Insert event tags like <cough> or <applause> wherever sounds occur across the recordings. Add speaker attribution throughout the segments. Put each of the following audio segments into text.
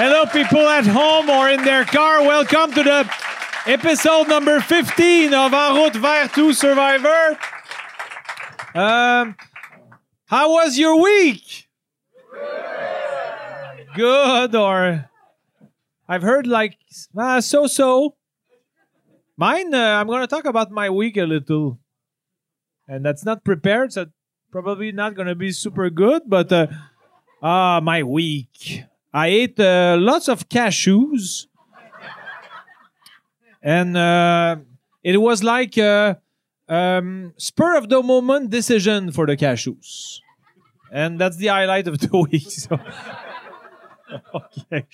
Speaker 1: Hello, people at home or in their car. Welcome to the episode number 15 of En route vers tout Survivor. Um, how was your week? Good, or I've heard like uh, so so. Mine, uh, I'm going to talk about my week a little. And that's not prepared, so probably not going to be super good, but uh, ah, my week. I ate uh, lots of cashews. and uh, it was like a um, spur of the moment decision for the cashews. And that's the highlight of the <laughs> week. So. okay.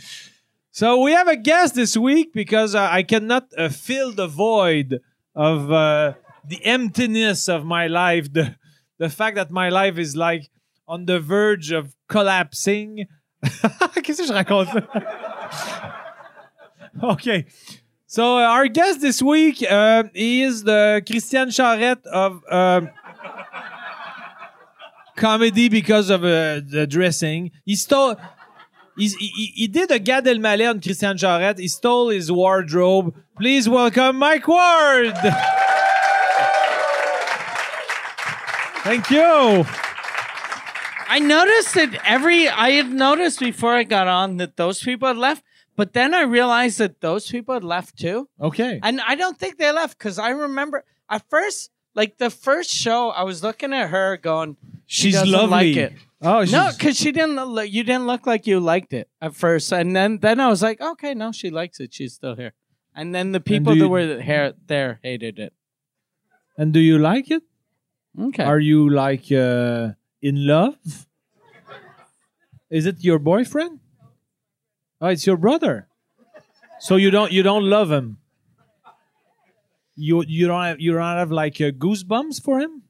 Speaker 1: So we have a guest this week because uh, I cannot uh, fill the void of uh, the emptiness of my life, the the fact that my life is like on the verge of collapsing. <laughs> Qu'est-ce que je raconte? <laughs> okay. So uh, our guest this week uh, is the Christian Charette of uh, comedy because of uh, the dressing. He stole. He's, he, he- he did a Gad Elmaleh on Christian Jarrett. He stole his wardrobe. Please welcome Mike Ward. Thank you.
Speaker 2: I noticed that every I had noticed before I got on that those people had left, but then I realized that those people had left too.
Speaker 1: Okay.
Speaker 2: And I don't think they left because I remember at first, like the first show, I was looking at her going, she
Speaker 1: she's
Speaker 2: doesn't
Speaker 1: lovely.
Speaker 2: Like it.
Speaker 1: Oh, she's,
Speaker 2: No, because she didn't look. You didn't look like you liked it at first, and then then I was like, okay, no, she likes it. She's still here. And then the people
Speaker 1: do
Speaker 2: that
Speaker 1: you-
Speaker 2: were here, there hated it.
Speaker 1: and do you like it?
Speaker 2: Okay.
Speaker 1: Are you like uh, in love? Is it your boyfriend? Oh, it's your brother. So you don't you don't love him. You you don't have, you don't have like uh, goosebumps for him.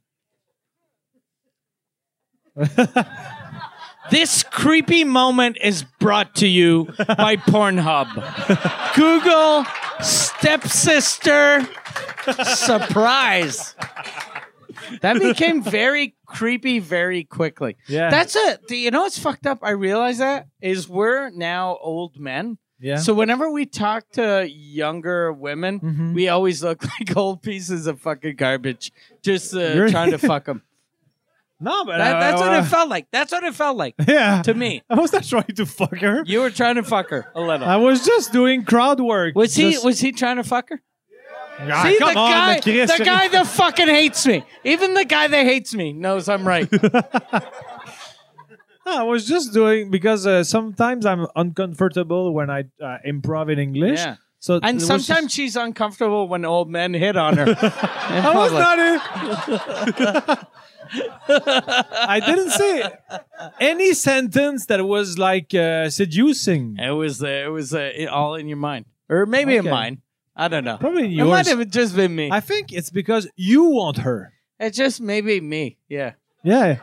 Speaker 2: This creepy moment is brought to you by Pornhub. Google stepsister surprise. That became very creepy very quickly.
Speaker 1: Yeah.
Speaker 2: That's a do you know what's fucked up? I realize that is we're now old men.
Speaker 1: Yeah.
Speaker 2: So whenever we talk to younger women,
Speaker 1: Mhm.
Speaker 2: we always look <laughs> like old pieces of fucking garbage, just uh,
Speaker 1: You're-
Speaker 2: trying to fuck
Speaker 1: <laughs>
Speaker 2: them.
Speaker 1: no, but uh,
Speaker 2: that's what
Speaker 1: uh,
Speaker 2: it felt like. That's what it felt like
Speaker 1: <laughs> Yeah.
Speaker 2: to me.
Speaker 1: I was not trying to fuck her.
Speaker 2: You were trying to fuck her a little.
Speaker 1: I was just doing crowd work.
Speaker 2: was he
Speaker 1: Just-
Speaker 2: was he trying to fuck her?
Speaker 1: Ah,
Speaker 2: See
Speaker 1: come
Speaker 2: the
Speaker 1: on,
Speaker 2: guy,
Speaker 1: Chris.
Speaker 2: the guy that fucking hates me. Even the guy that hates me knows I'm
Speaker 1: <laughs>
Speaker 2: right.
Speaker 1: No, <laughs> I was just doing because uh, sometimes I'm uncomfortable when I uh, improv in English.
Speaker 2: Yeah.
Speaker 1: So it was
Speaker 2: And
Speaker 1: just-
Speaker 2: sometimes <laughs> she's uncomfortable when old men hit on
Speaker 1: <laughs>
Speaker 2: her.
Speaker 1: I was not.
Speaker 2: <laughs>
Speaker 1: In- I didn't say any sentence that was like uh, seducing.
Speaker 2: It was uh, it was uh, it- all in your mind, or maybe
Speaker 1: Okay.
Speaker 2: in mine. I don't know.
Speaker 1: Probably in
Speaker 2: It might
Speaker 1: yours.
Speaker 2: have just been me.
Speaker 1: I think it's because you want her.
Speaker 2: It's just maybe me. Yeah.
Speaker 1: Yeah.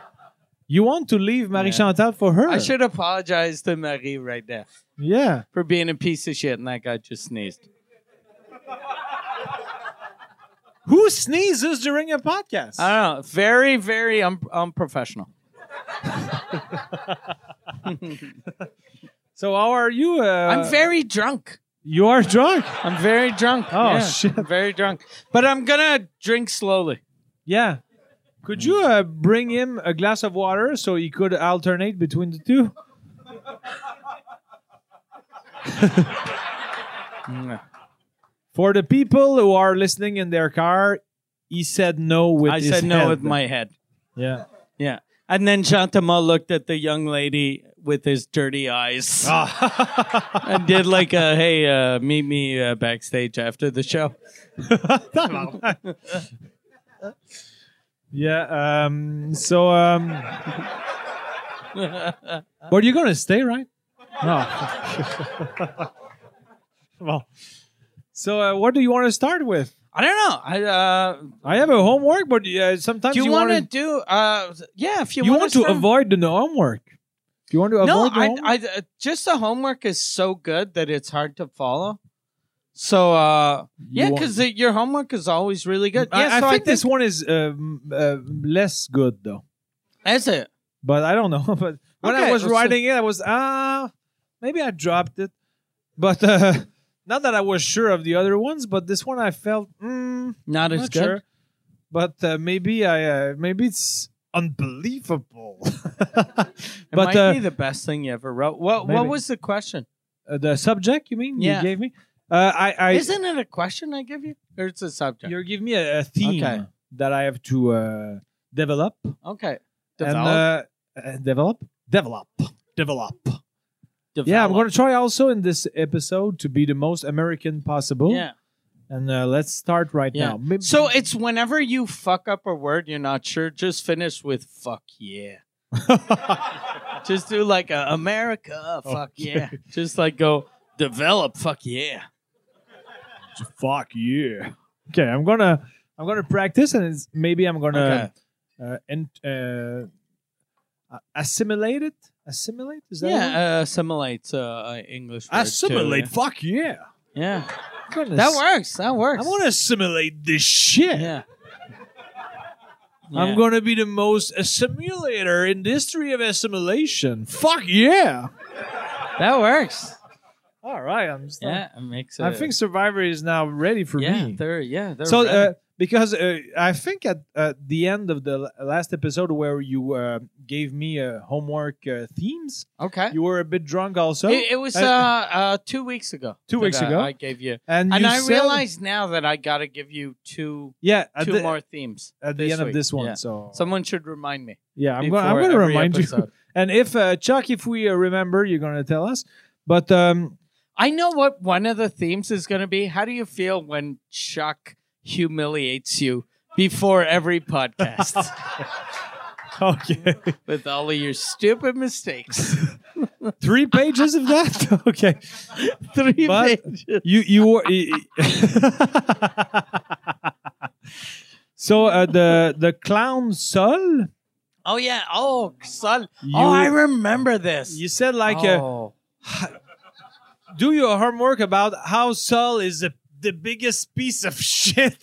Speaker 1: You want to leave Marie Chantal for her.
Speaker 2: I should apologize to Marie right now
Speaker 1: Yeah.
Speaker 2: for being a piece of shit, and that guy just sneezed.
Speaker 1: Who sneezes during a podcast?
Speaker 2: I don't know. Very, very un- unprofessional.
Speaker 1: so how are you? Uh,
Speaker 2: I'm very drunk.
Speaker 1: You are drunk.
Speaker 2: I'm very drunk.
Speaker 1: Oh,
Speaker 2: yeah.
Speaker 1: shit.
Speaker 2: I'm very drunk. But I'm gonna drink slowly.
Speaker 1: Yeah. Could you uh, bring him a glass of water so he could alternate between the two? <laughs> For the people who are listening in their car, he said no with
Speaker 2: I
Speaker 1: his
Speaker 2: said no
Speaker 1: head.
Speaker 2: with my head.
Speaker 1: yeah.
Speaker 2: Yeah. And then Chantamal looked at the young lady with his
Speaker 1: <laughs>
Speaker 2: dirty eyes and did like a hey, uh, meet me uh, backstage after the show.
Speaker 1: yeah. Um, so, um, but you're gonna stay, right? No. <laughs> well, so uh, what do you want to start with?
Speaker 2: I don't know. I uh,
Speaker 1: I have a homework, but uh, sometimes
Speaker 2: do you want
Speaker 1: wanna-
Speaker 2: to do? Uh, yeah, if you,
Speaker 1: you
Speaker 2: wanna
Speaker 1: want to
Speaker 2: start-
Speaker 1: avoid the homework. You want to avoid
Speaker 2: No,
Speaker 1: the
Speaker 2: I,
Speaker 1: homework?
Speaker 2: I uh, just the homework is so good that it's hard to follow. So uh, yeah,
Speaker 1: want-
Speaker 2: because your homework is always really good. Yeah,
Speaker 1: I
Speaker 2: so
Speaker 1: think this one is um, uh, less good though.
Speaker 2: Is it?
Speaker 1: But I don't know. <laughs> But when I
Speaker 2: Okay,
Speaker 1: was
Speaker 2: let's
Speaker 1: writing it, I was ah, Maybe I dropped it, but uh, <laughs> not that I was sure of the other ones. But this one I felt mm,
Speaker 2: Not as
Speaker 1: not
Speaker 2: good.
Speaker 1: sure. But uh, maybe I uh, maybe it's unbelievable. <laughs>
Speaker 2: It
Speaker 1: but
Speaker 2: might
Speaker 1: uh,
Speaker 2: be the best thing you ever wrote. What What
Speaker 1: maybe.
Speaker 2: was the question?
Speaker 1: uh, the subject you mean
Speaker 2: Yeah.
Speaker 1: you gave me? Uh, I, I
Speaker 2: Isn't it a question I give you, or it's a subject?
Speaker 1: you're giving me a, a theme
Speaker 2: Okay.
Speaker 1: that I have to uh, develop.
Speaker 2: okay.
Speaker 1: And, uh, uh, develop? Develop. Develop. Yeah, I'm
Speaker 2: Develop.
Speaker 1: going to try also in this episode to be the most American possible.
Speaker 2: Yeah.
Speaker 1: And uh, let's start right
Speaker 2: Yeah.
Speaker 1: now. Maybe-
Speaker 2: So it's whenever you fuck up a word you're not sure, just finish with "fuck yeah." Just do like a America, fuck yeah. Just like go develop, fuck yeah.
Speaker 1: <laughs> fuck yeah. Okay, I'm going to I'm going to practice and it's, maybe I'm going to uh, and uh, assimilate it. Assimilate is that it?
Speaker 2: Yeah, uh, assimilates uh, uh, English. word, too,
Speaker 1: Assimilate. Fuck yeah.
Speaker 2: yeah. yeah,
Speaker 1: Goodness.
Speaker 2: that works. That works.
Speaker 1: I'm going to assimilate this shit.
Speaker 2: Yeah.
Speaker 1: I'm
Speaker 2: Yeah.
Speaker 1: going to be the most assimilator in the history of assimilation. Fuck yeah.
Speaker 2: That works.
Speaker 1: All right, I'm just
Speaker 2: Yeah, it makes.
Speaker 1: I
Speaker 2: it-
Speaker 1: think Survivor is now ready for
Speaker 2: yeah,
Speaker 1: me.
Speaker 2: they're yeah. They're
Speaker 1: So
Speaker 2: ready.
Speaker 1: uh, because uh, I think at uh, the end of the la- last episode where you uh, gave me uh, homework uh, themes,
Speaker 2: okay.
Speaker 1: you were a bit drunk also,
Speaker 2: it, it was uh,
Speaker 1: I-
Speaker 2: uh, two weeks ago.
Speaker 1: Two
Speaker 2: that
Speaker 1: weeks
Speaker 2: I-
Speaker 1: ago?
Speaker 2: I gave you,
Speaker 1: and
Speaker 2: and
Speaker 1: you
Speaker 2: I
Speaker 1: said-
Speaker 2: realize now that I got to give you two
Speaker 1: yeah at
Speaker 2: two
Speaker 1: the,
Speaker 2: more themes
Speaker 1: at the end of
Speaker 2: week.
Speaker 1: this one.
Speaker 2: Yeah.
Speaker 1: So
Speaker 2: Someone should remind me.
Speaker 1: yeah, I'm going. I'm
Speaker 2: before
Speaker 1: going to
Speaker 2: every
Speaker 1: remind you.
Speaker 2: episode.
Speaker 1: <laughs> And if uh, Chuck, if we uh, remember, you're going to tell us. But um, <laughs>
Speaker 2: I know what one of the themes is going to be. How do you feel when Chuck humiliates you before every podcast
Speaker 1: <laughs> okay,
Speaker 2: with all of your
Speaker 1: <laughs>
Speaker 2: stupid mistakes?
Speaker 1: three pages of that. <laughs> okay.
Speaker 2: Three
Speaker 1: But-
Speaker 2: pages.
Speaker 1: you you were y- y- <laughs> so uh, the the clown sol
Speaker 2: Oh yeah. Oh son.
Speaker 1: You-
Speaker 2: oh, I remember this.
Speaker 1: you said like uh,
Speaker 2: oh.
Speaker 1: do your homework about how sol is the the biggest piece of <laughs> shit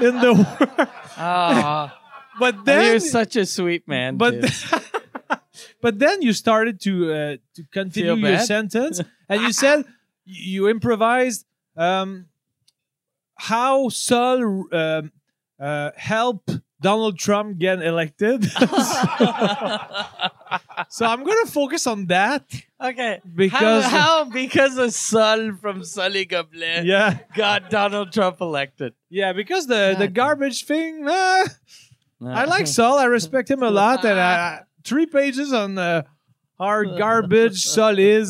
Speaker 1: in the world
Speaker 2: Ah.
Speaker 1: but
Speaker 2: And
Speaker 1: then
Speaker 2: you're such a sweet man.
Speaker 1: but
Speaker 2: dude.
Speaker 1: <laughs> but then you started to uh, to continue
Speaker 2: Feel
Speaker 1: your
Speaker 2: bad?
Speaker 1: sentence
Speaker 2: <laughs>
Speaker 1: and you said you improvised um, how sol um, uh, help donald trump get elected <laughs> so i'm gonna focus on that
Speaker 2: <laughs> okay.
Speaker 1: Because-
Speaker 2: how, how because a son from Sully
Speaker 1: <laughs>
Speaker 2: Goblet
Speaker 1: yeah
Speaker 2: got Donald Trump elected.
Speaker 1: yeah because the the
Speaker 2: God.
Speaker 1: garbage thing ah,
Speaker 2: Uh,
Speaker 1: i
Speaker 2: <laughs>
Speaker 1: like sol i respect him a lot and uh, three pages on uh, our garbage sol is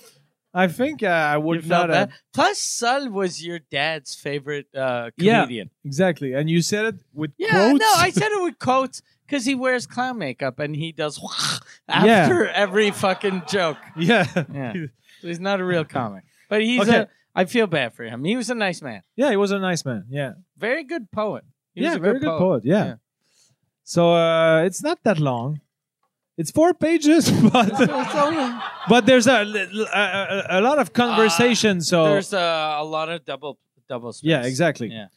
Speaker 1: <laughs> i think uh, i
Speaker 2: You
Speaker 1: would
Speaker 2: felt
Speaker 1: not have
Speaker 2: bad? Plus, Sun was your dad's favorite uh,
Speaker 1: Yeah.
Speaker 2: comedian.
Speaker 1: Exactly. And you said it with
Speaker 2: Yeah,
Speaker 1: quotes.
Speaker 2: no, I said it with quotes because he wears clown makeup and he does <laughs> after
Speaker 1: Yeah.
Speaker 2: every fucking joke.
Speaker 1: <laughs> yeah. <laughs>
Speaker 2: Yeah. So he's not a real comic, but he's.
Speaker 1: Okay.
Speaker 2: A, I feel bad for him. He was a nice man,
Speaker 1: Yeah, he was a nice man. Yeah.
Speaker 2: very good poet. He
Speaker 1: yeah,
Speaker 2: was a
Speaker 1: very good poet. Yeah.
Speaker 2: Yeah.
Speaker 1: So uh, it's not that long. It's four pages, <laughs> but
Speaker 2: It's only-
Speaker 1: but there's a, li- a, a, a lot of conversation. so
Speaker 2: There's uh, a lot of double double space.
Speaker 1: yeah, exactly.
Speaker 2: Yeah.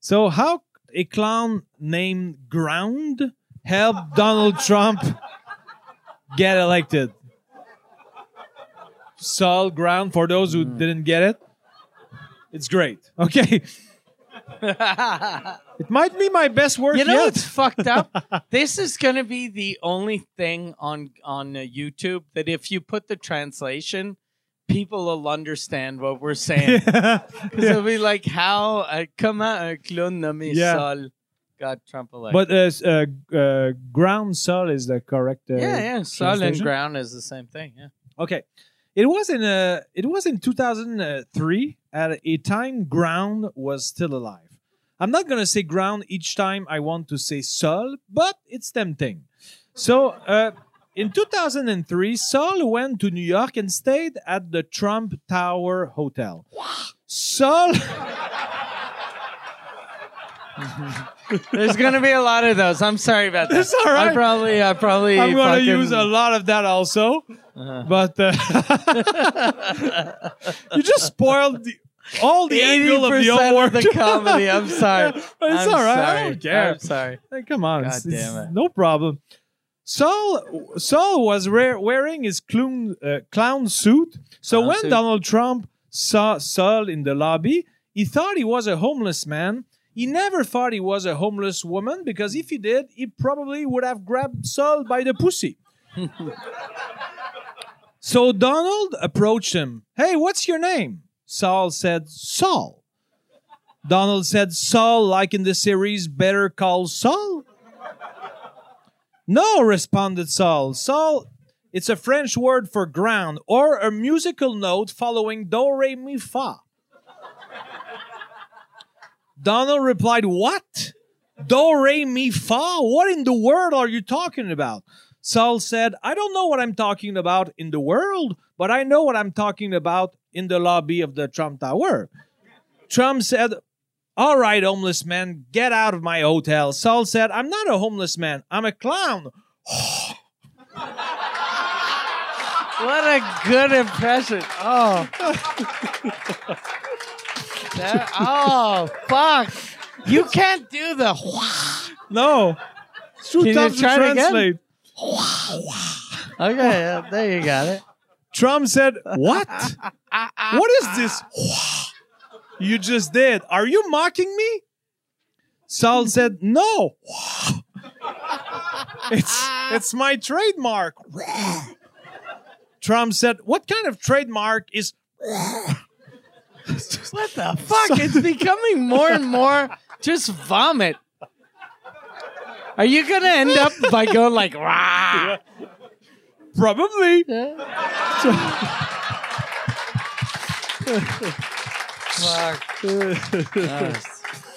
Speaker 1: So how a clown named Ground helped Donald Trump get elected? Sol Ground for those
Speaker 2: Hmm.
Speaker 1: who didn't get it. It's great. <laughs> Okay. It might be my best work
Speaker 2: <laughs> you know
Speaker 1: yet. <laughs>
Speaker 2: what's fucked up? This is gonna be the only thing on on uh, YouTube that if you put the translation, people will understand what we're
Speaker 1: <laughs>
Speaker 2: saying.
Speaker 1: yeah.
Speaker 2: 'Cause it'll be like how uh, come on, clone nami
Speaker 1: Yeah.
Speaker 2: sol got Trump elected.
Speaker 1: But uh, s- uh, g- uh, ground sol is the correct. Uh,
Speaker 2: yeah, yeah, sol and
Speaker 1: translation?
Speaker 2: ground is the same thing. Yeah.
Speaker 1: Okay. It was in uh, it was in 2003 at a time ground was still alive. I'm not gonna say ground each time I want to say sol, but it's tempting. So uh, in 2003, Sol went to New York and stayed at the Trump Tower Hotel. <laughs> Sol.
Speaker 2: There's gonna be a lot of those. I'm sorry about
Speaker 1: <laughs>
Speaker 2: that.
Speaker 1: It's all
Speaker 2: I
Speaker 1: right.
Speaker 2: probably, I Uh-huh. probably.
Speaker 1: I'm gonna
Speaker 2: fucking-
Speaker 1: use a lot of that also. But uh, <laughs> you just spoiled the, all the angle of the
Speaker 2: 80%
Speaker 1: homework.
Speaker 2: the comedy.
Speaker 1: <laughs>
Speaker 2: I'm sorry.
Speaker 1: it's
Speaker 2: I'm
Speaker 1: all right. I
Speaker 2: sorry.
Speaker 1: don't care.
Speaker 2: I'm sorry.
Speaker 1: Like, come on, it's-
Speaker 2: God
Speaker 1: it's
Speaker 2: damn it.
Speaker 1: no problem. Saul Saul was re- wearing his clown uh, clown suit. So
Speaker 2: Clown
Speaker 1: when
Speaker 2: suit.
Speaker 1: Donald Trump saw Saul in the lobby, he thought he was a homeless man. He never thought he was a homeless woman because if he did, he probably would have grabbed Saul by the
Speaker 2: <laughs>
Speaker 1: pussy. so Donald approached him. Hey, what's your name? Saul said, Saul. Donald said, Saul, like in the series Better Call Saul? No, responded Saul. Saul, it's a French word for ground or a musical note following do, re, mi, fa. Donald replied, What? Do, re, mi, fa? What in the world are you talking about? Saul said, I don't know what I'm talking about in the world, but I know what I'm talking about in the lobby of the Trump Tower. Trump said, all right, homeless man, get out of my hotel. Saul said, I'm not a homeless man. I'm a clown.
Speaker 2: What a good impression. Oh. That- oh, fuck. You can't do the
Speaker 1: No. It's too
Speaker 2: Can you
Speaker 1: tough to
Speaker 2: try it again?
Speaker 1: translate.
Speaker 2: Okay, yeah, there you got it.
Speaker 1: Trump said, What? what is this? you just did. Are you mocking me? Saul said, No. it's, it's my trademark. Trump said, What kind of trademark is
Speaker 2: What
Speaker 1: <laughs>
Speaker 2: the fuck? It's becoming more and more just vomit. Are you gonna end up by going like rah?
Speaker 1: probably? <laughs>
Speaker 2: Fuck. Ah,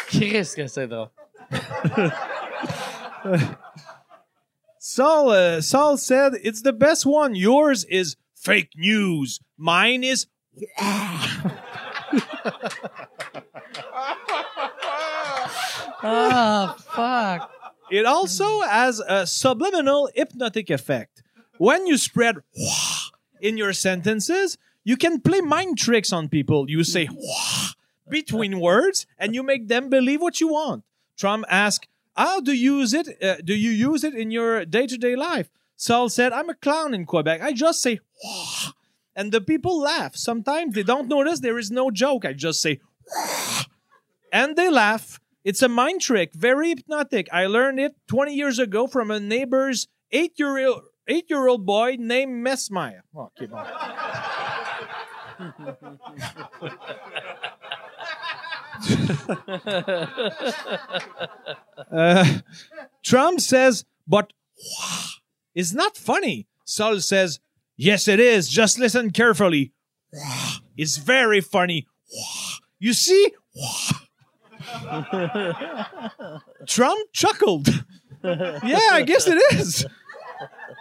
Speaker 2: Qu'est-ce que c'est drôle?
Speaker 1: Saul, uh, Saul said, It's the best one. Yours is fake news. Mine is.
Speaker 2: Oh fuck.
Speaker 1: It also has a subliminal hypnotic effect. When you spread "wah" in your sentences, you can play mind tricks on people. You say "wah" between words and you make them believe what you want. Trump asked, "How do you use it? Uh, do you use it in your day-to-day life?" Saul said, "I'm a clown in Quebec. I just say "wah," and the people laugh. Sometimes they don't notice there is no joke. I just say and they laugh. It's a mind trick, very hypnotic. I learned it 20 years ago from a neighbor's eight-year-old eight-year-old boy named Messmeyer. Oh, keep on. <laughs> Uh, Trump says, but wah is not funny. Saul says, yes, it is. Just listen carefully. Wah is very funny. Wah. You see? Wah. Trump chuckled. yeah, I guess it is.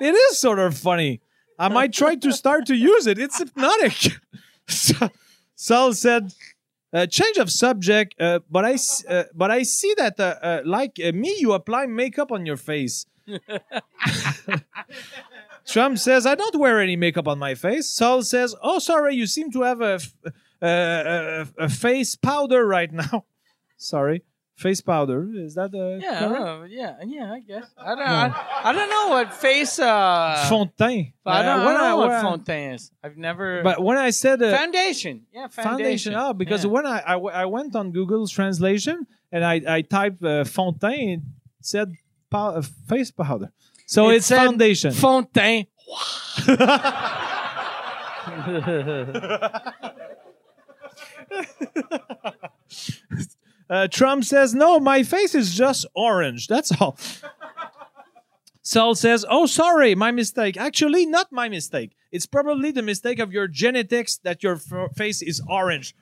Speaker 1: It is sort of funny. I might try to start to use it. It's hypnotic. <laughs> Sa- Saul said, uh, "Change of subject, uh, but I, s- uh, but I see that, uh, uh, like uh, me, you apply makeup on your face." <laughs> Trump says, "I don't wear any makeup on my face." Saul says, "Oh, sorry, you seem to have a, f- uh, a, a face powder right now." <laughs> sorry, face powder is that uh,
Speaker 2: Yeah,
Speaker 1: correct?
Speaker 2: uh, yeah, yeah. I guess I don't. I, I don't know what face. Uh,
Speaker 1: Fontaine.
Speaker 2: I don't,
Speaker 1: Uh,
Speaker 2: I don't know what
Speaker 1: when-
Speaker 2: Fontaine is. I've never.
Speaker 1: But when I said uh,
Speaker 2: foundation. Yeah, foundation.
Speaker 1: foundation, oh, because
Speaker 2: yeah.
Speaker 1: when I, I w- I went on Google Translation and I, I typed uh, Fontaine, it said pow- uh, face powder. So
Speaker 2: It
Speaker 1: oh, it's
Speaker 2: said
Speaker 1: foundation.
Speaker 2: Fontaine.
Speaker 1: Uh, Trump says, no, my face is just orange. That's all. Saul says, oh, sorry, my mistake. Actually, not my mistake. It's probably the mistake of your genetics that your f- face is orange.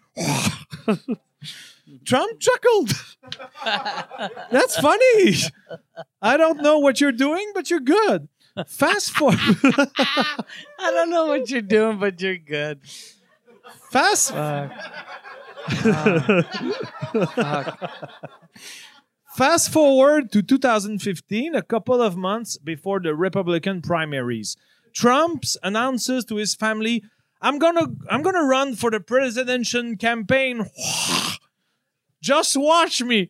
Speaker 1: <laughs> Trump chuckled. <laughs> That's funny. I don't know what you're doing, but you're good. Fast forward.
Speaker 2: I don't know what you're doing, but you're good.
Speaker 1: Fast Fast forward to 2015, a couple of months before the Republican primaries. Trump announces to his family, "I'm gonna, I'm gonna run for the presidential campaign. <sighs> Just watch <laughs> me."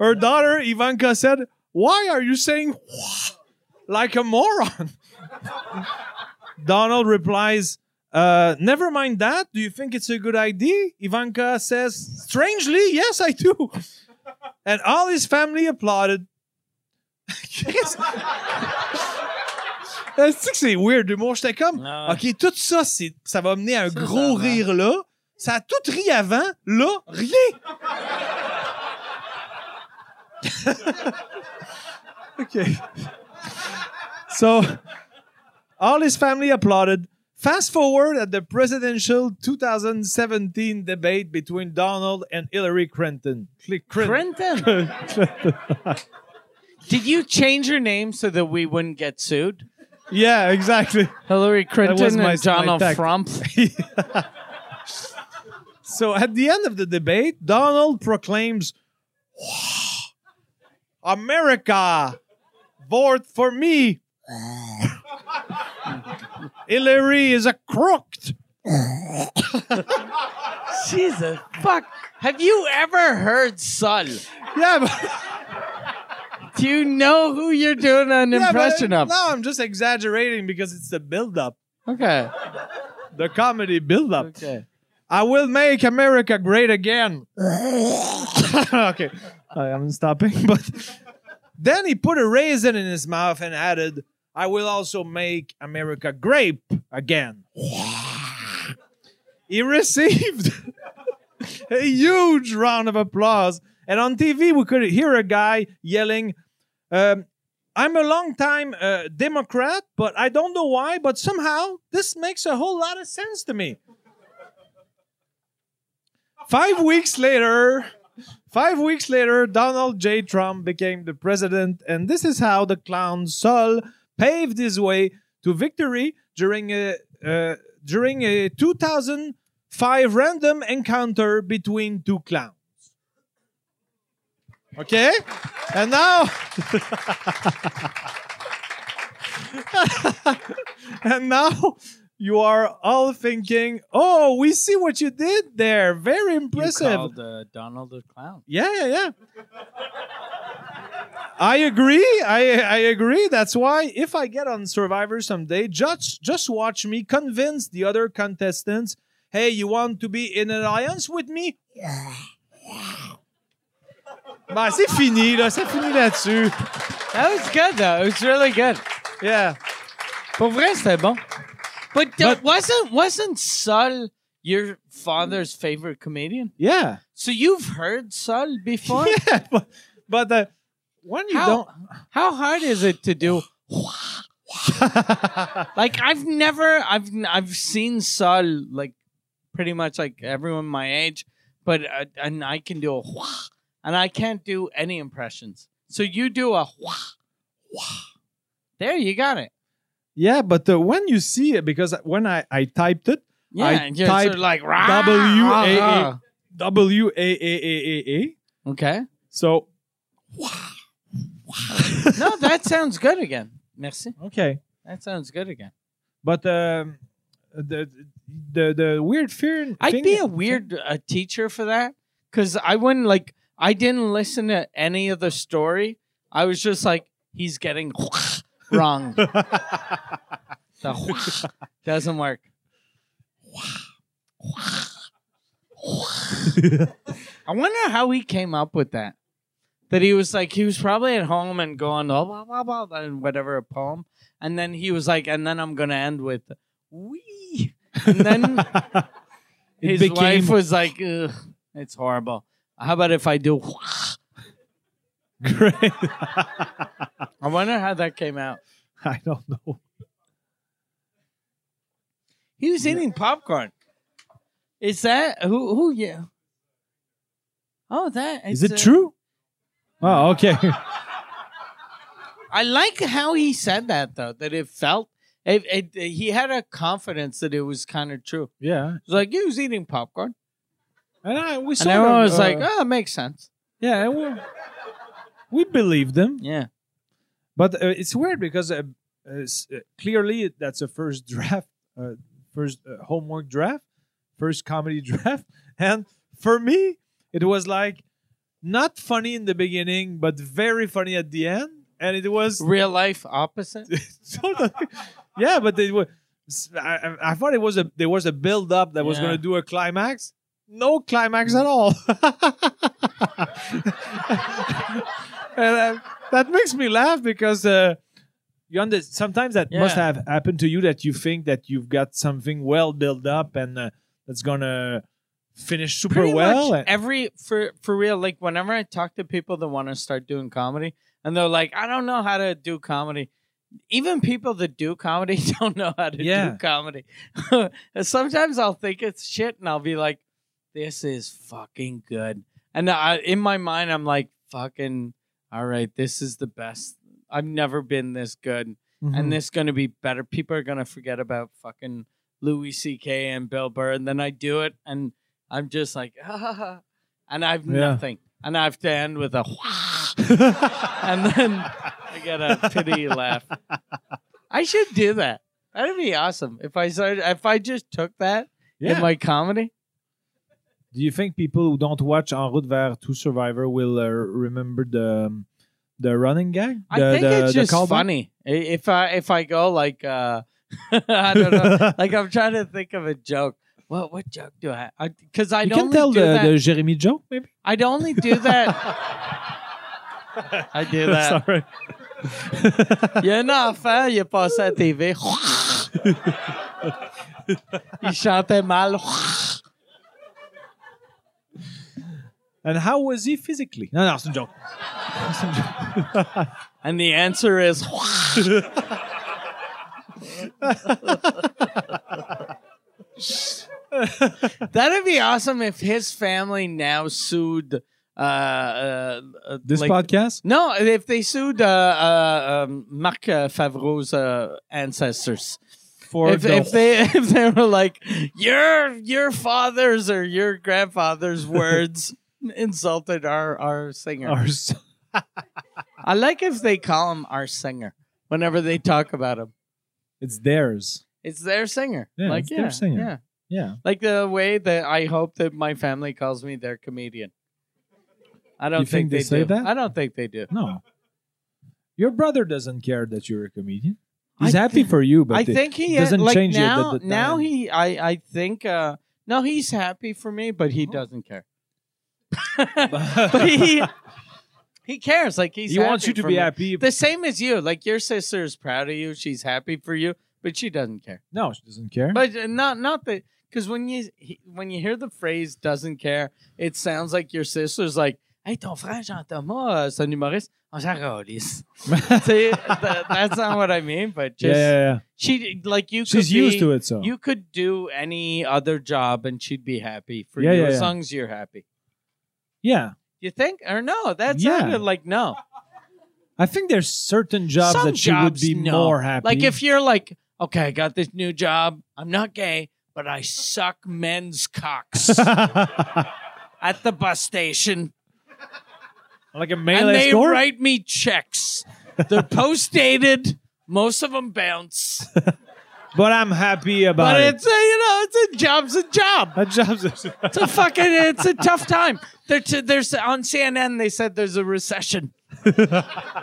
Speaker 1: Her daughter Ivanka said, Why are you saying like a moron? <laughs> Donald replies, uh, never mind that. Do you think it's a good idea? Ivanka says, strangely, yes, I do. And all his family applauded. <laughs> Chris. Euh, C'est que c'est weird, l'humour. J'étais comme,
Speaker 2: Ah ouais.
Speaker 1: OK, tout ça, c'est- ça va mener à un
Speaker 2: Ça,
Speaker 1: gros
Speaker 2: ça va.
Speaker 1: rire là. Ça a tout ri avant. Là, rien.
Speaker 2: <laughs>
Speaker 1: <laughs> OK. So, all his family applauded. Fast forward at the presidential 2017 debate between Donald and Hillary Clinton. Cli- Clinton.
Speaker 2: Brenton, did you change your name so that we wouldn't get sued?
Speaker 1: <laughs> yeah, exactly. <laughs>
Speaker 2: Hillary
Speaker 1: was
Speaker 2: Clinton
Speaker 1: my-
Speaker 2: and Donald
Speaker 1: my tact.
Speaker 2: Trump. <laughs>
Speaker 1: So at the end of the debate, Donald proclaims, America, vote for me. <laughs> Hillary is a crook.
Speaker 2: Jesus fuck. Have you ever heard Sol?
Speaker 1: Yeah, but,
Speaker 2: Do you know who you're doing an
Speaker 1: yeah, but-
Speaker 2: impression of?
Speaker 1: No, I'm just exaggerating because it's the build-up,
Speaker 2: Okay.
Speaker 1: the comedy build-up.
Speaker 2: Okay.
Speaker 1: I will make America great again. okay, I am stopping. But then he put a raisin in his mouth and added, I will also make America grape again. he received a huge round of applause. And on TV, we could hear a guy yelling, um, I'm a long time uh, Democrat, but I don't know why, but somehow this makes a whole lot of sense to me. Five weeks later, five weeks later, Donald J. Trump became the president, and this is how the clown Sol paved his way to victory during a uh, during a 2005 random encounter between two clowns. Okay, and now. <laughs> and now you are all thinking, "Oh, we see what you did there. Very impressive."
Speaker 2: uh, Donald a clown.
Speaker 1: Yeah, yeah, yeah. I agree. I I agree. That's why if I get on Survivor someday, just just watch me convince the other contestants, "Hey, you want to be in an alliance with me?" Bah, c'est fini là, ça finit là-dessus.
Speaker 2: That was good though. It was really good.
Speaker 1: Yeah.
Speaker 2: Pour vrai, c'était bon. But, uh,
Speaker 1: But-
Speaker 2: wasn't wasn't Sol your father's favorite comedian?
Speaker 1: Yeah. <laughs>
Speaker 2: So you've heard Sol <laughs> before?
Speaker 1: Yeah, but, but uh, when you
Speaker 2: How,
Speaker 1: don't
Speaker 2: how hard is it to do? like I've never, I've I've seen Sol like pretty much like everyone my age, but uh, and I can do a wah, and I can't do any impressions. So you do a wah, wah. There, you got it.
Speaker 1: <laughs> Yeah, but uh, when you see it because when I I typed it,
Speaker 2: Yeah,
Speaker 1: I
Speaker 2: and you're sort
Speaker 1: typed
Speaker 2: of like rah,
Speaker 1: W A A.
Speaker 2: rah, rah.
Speaker 1: W A A A A A.
Speaker 2: Okay.
Speaker 1: So
Speaker 2: <laughs> No, that sounds good again. Merci.
Speaker 1: okay,
Speaker 2: That sounds good again.
Speaker 1: but um, the the the weird fear.
Speaker 2: I'd
Speaker 1: thing-
Speaker 2: be a
Speaker 1: <laughs>
Speaker 2: weird uh, teacher for that because I wouldn't like. I didn't listen to any of the story. I was just like, he's getting <laughs> wrong. the <laughs> doesn't work. I wonder how he came up with that. That he was like, he was probably at home and going, oh, blah, blah, blah, blah, and whatever, a poem. And then he was like, and then I'm going to end with, wee.
Speaker 1: <laughs>
Speaker 2: And then
Speaker 1: It
Speaker 2: his
Speaker 1: became-
Speaker 2: wife was like, Ugh, it's horrible. How about if I do?
Speaker 1: Great. <laughs>
Speaker 2: I wonder how that came out.
Speaker 1: I don't know.
Speaker 2: He was eating popcorn. Is that who? Who? Yeah. Oh, that
Speaker 1: Is
Speaker 2: it's
Speaker 1: it
Speaker 2: a-
Speaker 1: true? Oh, okay. <laughs>
Speaker 2: I like how he said that though. That it felt. It, it, he had a confidence that it was kind of true.
Speaker 1: yeah,
Speaker 2: It was like he was eating popcorn,
Speaker 1: and I we
Speaker 2: and
Speaker 1: sort
Speaker 2: everyone
Speaker 1: of,
Speaker 2: was
Speaker 1: uh,
Speaker 2: like, "Oh, that makes sense."
Speaker 1: yeah, and we we believed them,
Speaker 2: Yeah,
Speaker 1: but uh, it's weird because uh, uh, s- uh, clearly that's a first <laughs> draft, uh, first uh, homework <laughs> draft, first comedy draft, and for me it was like not funny in the beginning, but very funny at the end. And it was
Speaker 2: Real life opposite.
Speaker 1: <laughs> sort of- yeah, but they were. I, I- I thought it was a there was a build up that was
Speaker 2: Yeah.
Speaker 1: going to do a climax. No climax at all. <laughs> and uh, that makes me laugh because uh, you under, sometimes that must
Speaker 2: Yeah.
Speaker 1: have happened to you that you think that you've got something well built up and uh, that's gonna finish super
Speaker 2: Pretty
Speaker 1: well.
Speaker 2: much
Speaker 1: and-
Speaker 2: every for for real. Like whenever I talk to people that want to start doing comedy, and they're like, I don't know how to do comedy. Even people that do comedy <laughs> don't know how to
Speaker 1: Yeah.
Speaker 2: do comedy. <laughs> Sometimes I'll think it's shit, and I'll be like, "This is fucking good." And I, in my mind, I'm like, "Fucking all right, this is the best. I've never been this good."
Speaker 1: Mhm.
Speaker 2: and this going to be better. People are going to forget about fucking Louis C.K. and Bill Burr, and then I do it, and I'm just like, <laughs> ah, ha, ha. and I've
Speaker 1: Yeah.
Speaker 2: nothing, and I have to end with a,
Speaker 1: <laughs> Mm-hmm.
Speaker 2: and then I get a pity laugh. I should do that. That'd be awesome if I started, if I just took that
Speaker 1: yeah.
Speaker 2: in my comedy.
Speaker 1: Do you think people who don't watch En route vers to Survivor will uh, remember the um, the running gag?
Speaker 2: I
Speaker 1: The-
Speaker 2: think
Speaker 1: the-
Speaker 2: it's
Speaker 1: the
Speaker 2: just
Speaker 1: callback?
Speaker 2: funny I- if I if I go like uh, <laughs> I don't know.
Speaker 1: <laughs>
Speaker 2: like I'm trying to think of a joke. What what joke do I? Because I,
Speaker 1: you
Speaker 2: don't
Speaker 1: can tell
Speaker 2: do
Speaker 1: the,
Speaker 2: that.
Speaker 1: the Jeremy joke, maybe.
Speaker 2: I'd only do that. <laughs> I do <laughs> that.
Speaker 1: <laughs> Sorry.
Speaker 2: Il y a un enfant, il est passé à la TV. il chantait mal.
Speaker 1: And how was he physically? No, no, it's a joke. It's a joke.
Speaker 2: And the answer is. <laughs> That'd be awesome if his family now sued uh, uh, uh,
Speaker 1: This
Speaker 2: like-
Speaker 1: podcast.
Speaker 2: No, if they sued uh, uh, um, Marc uh, Favreau's uh, ancestors.
Speaker 1: For
Speaker 2: if,
Speaker 1: the-
Speaker 2: if they <laughs> if they were like your your father's or
Speaker 1: <laughs>
Speaker 2: your grandfather's words insulted our our singer.
Speaker 1: our s-
Speaker 2: I like if they call him our singer whenever they talk about him.
Speaker 1: <laughs> it's theirs.
Speaker 2: It's their singer.
Speaker 1: Yeah,
Speaker 2: like
Speaker 1: it's
Speaker 2: yeah,
Speaker 1: their singer.
Speaker 2: yeah.
Speaker 1: Yeah.
Speaker 2: Like the way that I hope that my family calls me their comedian. I don't
Speaker 1: You think they say
Speaker 2: do.
Speaker 1: that?
Speaker 2: I don't think they do.
Speaker 1: No. Your brother doesn't care that you're a comedian.
Speaker 2: I
Speaker 1: He's happy
Speaker 2: think-
Speaker 1: for you, but
Speaker 2: I
Speaker 1: <laughs> it-
Speaker 2: think he
Speaker 1: it doesn't
Speaker 2: like,
Speaker 1: change it at
Speaker 2: now,
Speaker 1: the
Speaker 2: Now
Speaker 1: time.
Speaker 2: he, I, I think, uh, no, he's happy for me, but
Speaker 1: Oh.
Speaker 2: he doesn't
Speaker 1: <laughs>
Speaker 2: care. but he, he cares. Like he's
Speaker 1: he wants
Speaker 2: happy
Speaker 1: you to
Speaker 2: for
Speaker 1: be
Speaker 2: me.
Speaker 1: happy.
Speaker 2: The same as you. Like your sister is proud of you. She's happy for you, but she doesn't care.
Speaker 1: No, she doesn't care. <laughs>
Speaker 2: But uh, not, not that, because when you he, when you hear the phrase "doesn't care," it sounds like your sister's like, "Hey, ton frère Jean Thomas, euh, c'est un humoriste, on s'en calisse." <laughs> See, that- that's not what I mean. But
Speaker 1: yeah,
Speaker 2: just
Speaker 1: yeah, yeah.
Speaker 2: she, like you,
Speaker 1: She's
Speaker 2: could
Speaker 1: used
Speaker 2: be-
Speaker 1: to it, so.
Speaker 2: you could do any other job and she'd be happy for
Speaker 1: Yeah,
Speaker 2: you
Speaker 1: yeah,
Speaker 2: as
Speaker 1: yeah.
Speaker 2: long as you're happy.
Speaker 1: yeah.
Speaker 2: You think or no? That
Speaker 1: Yeah.
Speaker 2: sounded like no.
Speaker 1: I think there's certain jobs
Speaker 2: Some
Speaker 1: that she would
Speaker 2: jobs,
Speaker 1: be
Speaker 2: no.
Speaker 1: more happy.
Speaker 2: Like
Speaker 1: <laughs>
Speaker 2: if you're like, okay, I got this new job. I'm not gay, but I suck
Speaker 1: <laughs>
Speaker 2: men's cocks at the bus station,
Speaker 1: like a
Speaker 2: and
Speaker 1: male
Speaker 2: they
Speaker 1: escort.
Speaker 2: write me checks.
Speaker 1: <laughs>
Speaker 2: They're post dated. Most of them bounce,
Speaker 1: but I'm happy about
Speaker 2: but
Speaker 1: it.
Speaker 2: it's a, you know it's a job's a job.
Speaker 1: That job's
Speaker 2: It's a fucking. It's a tough time. There- t- there's on CNN. They said there's a recession.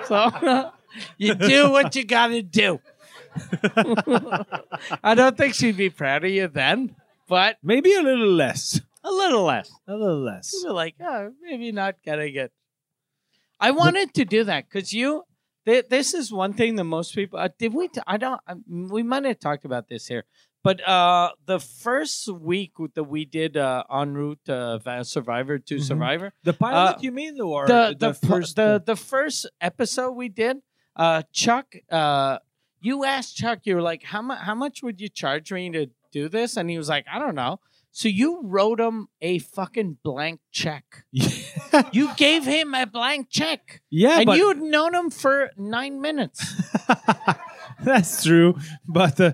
Speaker 2: so you do what you gotta do. <laughs> I don't think she'd be proud of you then, but
Speaker 1: <laughs> maybe a little less.
Speaker 2: a little less.
Speaker 1: A little less.
Speaker 2: You were like, oh, maybe not getting it. I wanted to do that because you. Th- this is one thing that most people. Uh, did we? T- I don't. I, we might have talked about this here, but uh, the first week that we did uh, en route uh, Va- Survivor to
Speaker 1: Mhm.
Speaker 2: Survivor,
Speaker 1: The pilot,
Speaker 2: Uh,
Speaker 1: you mean, or
Speaker 2: the the
Speaker 1: the first?
Speaker 2: the, the first episode we did, uh, Chuck, uh, you asked Chuck, you were like, how much how much would you charge me to do this? And he was like, I don't know. So you wrote him a fucking blank
Speaker 1: <laughs>
Speaker 2: check. You gave him a blank check,
Speaker 1: yeah,
Speaker 2: and
Speaker 1: but
Speaker 2: you had known him for nine minutes.
Speaker 1: <laughs> that's true. But, uh,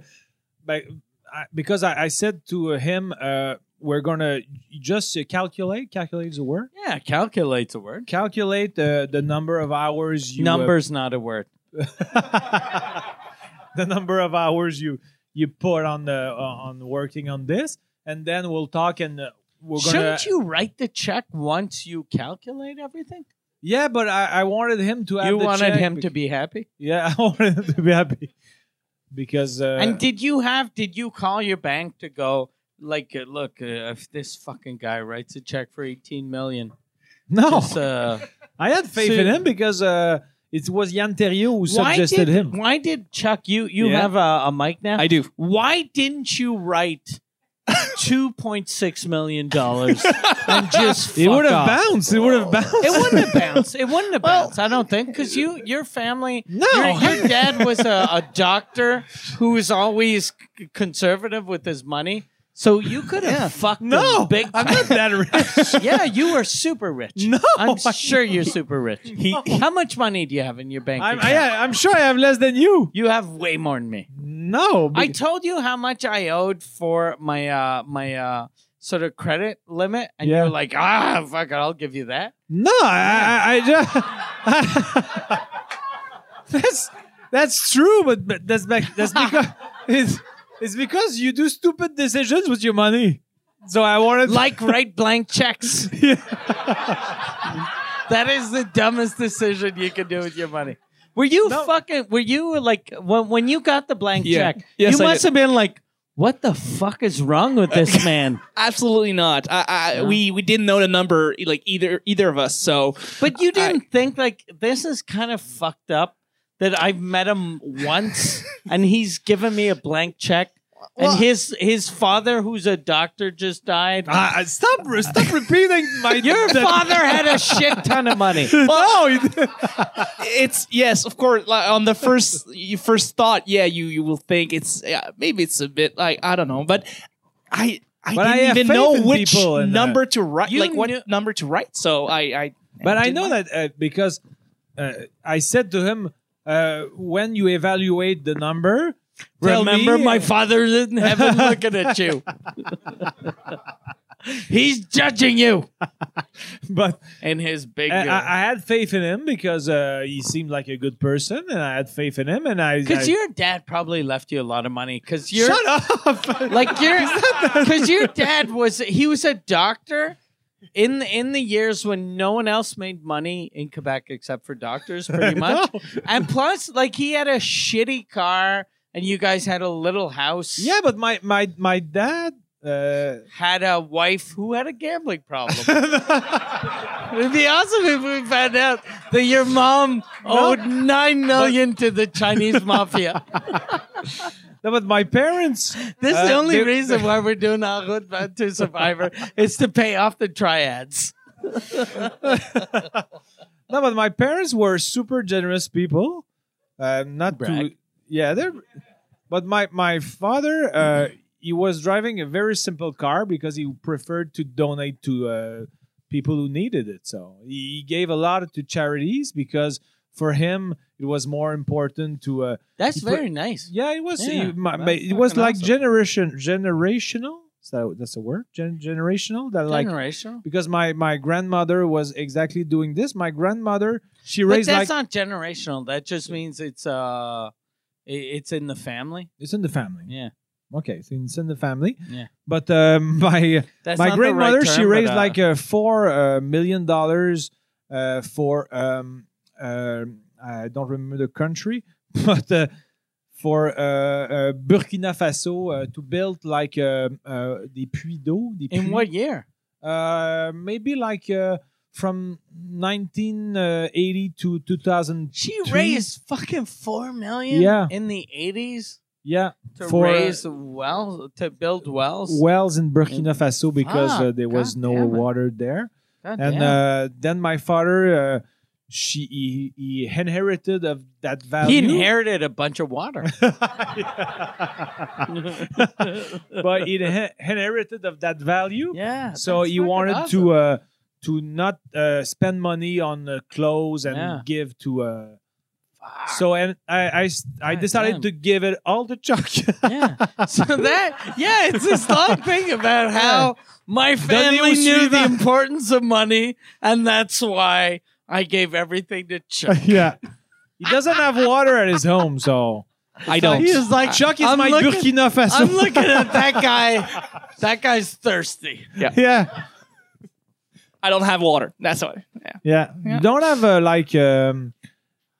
Speaker 1: but I, because I, I said to him, uh, we're gonna just uh, calculate. Calculate is a word.
Speaker 2: yeah, calculate's a word.
Speaker 1: Calculate the the number of hours you uh,
Speaker 2: Number's not a word.
Speaker 1: <laughs> the number of hours you you put on the uh, on working on this, and then we'll talk and uh, we're gonna.
Speaker 2: Shouldn't you write the check once you calculate everything?
Speaker 1: Yeah, but I, I wanted him to have.
Speaker 2: You
Speaker 1: the
Speaker 2: wanted
Speaker 1: check
Speaker 2: him
Speaker 1: bec-
Speaker 2: to be happy.
Speaker 1: <laughs> Yeah, I wanted him to be happy because. Uh,
Speaker 2: and did you have? Did you call your bank to go? Like, uh, look, uh, if this fucking guy writes a check for eighteen
Speaker 1: <laughs>
Speaker 2: million,
Speaker 1: <laughs> no,
Speaker 2: just, uh,
Speaker 1: I had faith
Speaker 2: So-
Speaker 1: in him because uh, it was Jan Terrier who
Speaker 2: why
Speaker 1: suggested
Speaker 2: did,
Speaker 1: him.
Speaker 2: Why did Chuck? You you
Speaker 1: Yeah.
Speaker 2: have a, a mic now.
Speaker 3: I do.
Speaker 2: why didn't
Speaker 1: <laughs>
Speaker 2: you write two point six million dollars and just
Speaker 1: It
Speaker 2: fuck
Speaker 1: would have
Speaker 2: off?
Speaker 1: bounced. It would have bounced.
Speaker 2: It wouldn't
Speaker 1: <laughs>
Speaker 2: have bounced. It wouldn't have bounced. I don't think because you, your family,
Speaker 1: No.
Speaker 2: your,
Speaker 1: <laughs>
Speaker 2: your dad was a, a doctor who was always c- conservative with his money. So you could have fucked him
Speaker 1: No,
Speaker 2: big
Speaker 1: I'm
Speaker 2: time.
Speaker 1: not that rich.
Speaker 2: <laughs> Yeah, you were super rich.
Speaker 1: No,
Speaker 2: I'm
Speaker 1: I-
Speaker 2: sure you're super
Speaker 1: <laughs>
Speaker 2: rich. How much money do you have in your bank
Speaker 1: I'm,
Speaker 2: account?
Speaker 1: I, I'm sure I have less than you.
Speaker 2: you have way more than me.
Speaker 1: No,
Speaker 2: I
Speaker 1: be-
Speaker 2: told you how much I owed for my uh my uh sort of credit limit, and
Speaker 1: Yeah.
Speaker 2: you're like, ah, fuck it, I'll give you that.
Speaker 1: no, I, I, I just <laughs> that's that's true, but, but that's back, that's because <laughs> it's, it's because you do stupid decisions with your money. So I wanted
Speaker 2: Like write blank checks.
Speaker 1: <laughs> Yeah.
Speaker 2: that is the dumbest decision you can do with your money. Were you
Speaker 1: No.
Speaker 2: fucking? Were you like when when you got the blank
Speaker 3: Yeah.
Speaker 2: check?
Speaker 3: Yes,
Speaker 2: you
Speaker 3: I
Speaker 2: must
Speaker 3: did.
Speaker 2: have been like, what the fuck is wrong with this man?
Speaker 3: Absolutely not. I, I, We we didn't know the number like either either of us. So
Speaker 2: But you didn't think like this is kind of fucked up that I've met him once and he's given me a blank check.
Speaker 3: Well-
Speaker 2: and his his father, who's a doctor, just died.
Speaker 1: Ah, stop stop repeating my
Speaker 2: <laughs>
Speaker 1: <laughs>
Speaker 2: Your
Speaker 1: that-
Speaker 2: father had a shit ton of money.
Speaker 1: <laughs> No, you didn't.
Speaker 3: <laughs> it's yes, of course. Like, on the first you first thought, yeah, you you will think it's yeah, maybe it's a bit like I don't know, but I I
Speaker 1: But I
Speaker 3: didn't
Speaker 1: have
Speaker 3: even
Speaker 1: faith
Speaker 3: know
Speaker 1: in
Speaker 3: which
Speaker 1: people and, uh,
Speaker 3: number to write,
Speaker 2: You
Speaker 3: like what
Speaker 2: knew-
Speaker 3: number to write. So I I
Speaker 1: But I
Speaker 3: didn't
Speaker 1: know that uh, because uh, I said to him, uh, when you evaluate the number, tell
Speaker 2: Remember,
Speaker 1: me,
Speaker 2: my
Speaker 1: uh,
Speaker 2: <laughs> father's in
Speaker 3: <laughs>
Speaker 2: heaven looking
Speaker 1: <laughs>
Speaker 2: at you. He's judging you
Speaker 1: but
Speaker 2: in his big.
Speaker 1: I, I, I had faith in him because uh, he seemed like a good person, and I had faith in him, and I.
Speaker 2: Because
Speaker 1: I-
Speaker 2: your dad probably left you a lot of money. Because you're
Speaker 1: shut
Speaker 2: <laughs>
Speaker 1: up.
Speaker 2: like your because your dad was he was a doctor in the, in the years when no one else made money in Quebec except for doctors, <laughs> pretty much.
Speaker 1: No.
Speaker 2: And plus, like he had a shitty car, and you guys had a little house.
Speaker 1: Yeah, but my my my dad. Uh,
Speaker 2: Had a wife who had a gambling problem. <laughs> It'd be awesome if we found out that your mom owed nine million to the Chinese mafia.
Speaker 1: no, but my parents.
Speaker 2: This is the
Speaker 1: Uh,
Speaker 2: only
Speaker 1: they-
Speaker 2: reason why we're doing Ahud Band to <laughs> Survivor is to pay off the triads.
Speaker 1: No, but my parents were super generous people. Um, not
Speaker 2: Brag.
Speaker 1: too. Yeah, they're. But my my father, uh, he was driving a very simple car because he preferred to donate to uh, people who needed it. So he he gave a lot to charities because for him it was more important to. Uh,
Speaker 2: That's
Speaker 1: You put-
Speaker 2: very nice.
Speaker 1: yeah, it was.
Speaker 2: Yeah,
Speaker 1: he- my,
Speaker 2: that's
Speaker 1: my- it was
Speaker 2: fucking
Speaker 1: like
Speaker 2: awesome.
Speaker 1: generation generational. Is that that's a word? Gen, generational. That like
Speaker 2: generational.
Speaker 1: because my my grandmother was exactly doing this. My grandmother she
Speaker 2: But
Speaker 1: raised
Speaker 2: that's
Speaker 1: like
Speaker 2: not generational. That just means it's uh, i- it's in the family.
Speaker 1: it's in the family.
Speaker 2: Yeah.
Speaker 1: Okay, so it's in the family.
Speaker 2: Yeah.
Speaker 1: But um, <laughs> my
Speaker 2: That's
Speaker 1: my
Speaker 2: not the right
Speaker 1: grandmother she
Speaker 2: term, but,
Speaker 1: raised
Speaker 2: uh,
Speaker 1: like uh, four uh, million dollars uh, for um, uh, I don't remember the country, <laughs> but uh, for uh, uh, Burkina Faso uh, to build like uh, uh, the puits d'eau. des
Speaker 2: in
Speaker 1: puits.
Speaker 2: what year?
Speaker 1: Uh, maybe like uh, from 1980 to 2000.
Speaker 2: She
Speaker 1: Two?
Speaker 2: raised fucking four million.
Speaker 1: Yeah.
Speaker 2: in the eighties
Speaker 1: Yeah,
Speaker 2: to
Speaker 1: For, uh,
Speaker 2: raise well to build wells.
Speaker 1: wells in Burkina Faso because uh,
Speaker 2: Oh, Fuck,
Speaker 1: there was
Speaker 2: God
Speaker 1: no
Speaker 2: damn it.
Speaker 1: water there.
Speaker 2: God
Speaker 1: and
Speaker 2: damn.
Speaker 1: uh, then my father, uh, she he, he inherited of that value.
Speaker 2: he inherited a bunch of <laughs> water.
Speaker 1: <laughs> but he inhe- inherited of that value.
Speaker 2: yeah.
Speaker 1: so
Speaker 2: that's
Speaker 1: he
Speaker 2: fucking
Speaker 1: wanted
Speaker 2: awesome.
Speaker 1: to uh, to not uh, spend money on uh, clothes and
Speaker 2: Yeah.
Speaker 1: give to. Uh,
Speaker 2: Fuck.
Speaker 1: so and I I, s- I
Speaker 2: God
Speaker 1: decided
Speaker 2: damn.
Speaker 1: to give it all to Chuck. <laughs>
Speaker 2: Yeah. So that, yeah, it's this long thing about how my family
Speaker 1: you see
Speaker 2: knew the
Speaker 1: that?
Speaker 2: importance of money, and that's why I gave everything to Chuck.
Speaker 1: yeah, he doesn't have water at his home, so
Speaker 3: I don't.
Speaker 2: He was like,
Speaker 1: Chuck is
Speaker 2: I'm
Speaker 1: my
Speaker 2: looking-
Speaker 1: Burkina Faso.
Speaker 2: I'm looking at that guy. That guy's thirsty.
Speaker 1: <laughs> yeah,
Speaker 3: I don't have water. That's what. Yeah.
Speaker 1: yeah.
Speaker 3: Yeah.
Speaker 1: You don't have a, like. um,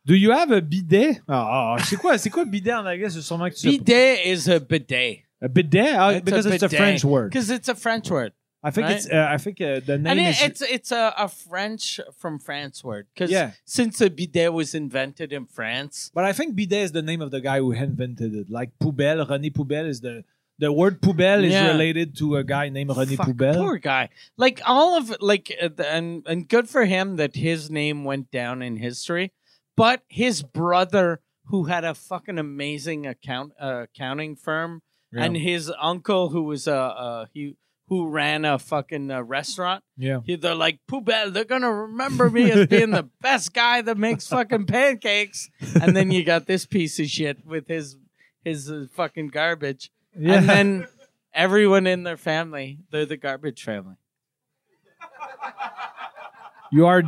Speaker 1: do you have a bidet? Ah, ah, c'est quoi, c'est quoi bidet en anglais? C'est sûrement que tu sais
Speaker 2: Bidet is a bidet.
Speaker 1: pas. A bidet? Ah,
Speaker 2: It's
Speaker 1: because it's a French word.
Speaker 2: Because it's a French word.
Speaker 1: I think
Speaker 2: right?
Speaker 1: it's. Uh, I think uh, the name
Speaker 2: And it,
Speaker 1: is.
Speaker 2: it's it's a, a French from France word. Because
Speaker 1: Yeah.
Speaker 2: since the bidet was invented in France,
Speaker 1: But I think bidet is the name of the guy who invented it. Like poubelle, René Poubelle is the the word poubelle
Speaker 2: Yeah.
Speaker 1: is related to a guy named René
Speaker 2: Fuck,
Speaker 1: Poubelle.
Speaker 2: Poor guy. Like all of like uh, the- and and good for him that his name went down in history. But his brother, who had a fucking amazing account uh, accounting firm,
Speaker 1: Yeah.
Speaker 2: and his uncle, who was a uh, he who ran a fucking uh, restaurant.
Speaker 1: yeah.
Speaker 2: He- They're like Poubelle. They're gonna remember me as being
Speaker 1: <laughs>
Speaker 2: the best guy that makes fucking pancakes. And then you got this piece of shit with his his uh, fucking garbage.
Speaker 1: Yeah.
Speaker 2: And then everyone in their family, they're the garbage family.
Speaker 1: <laughs> you are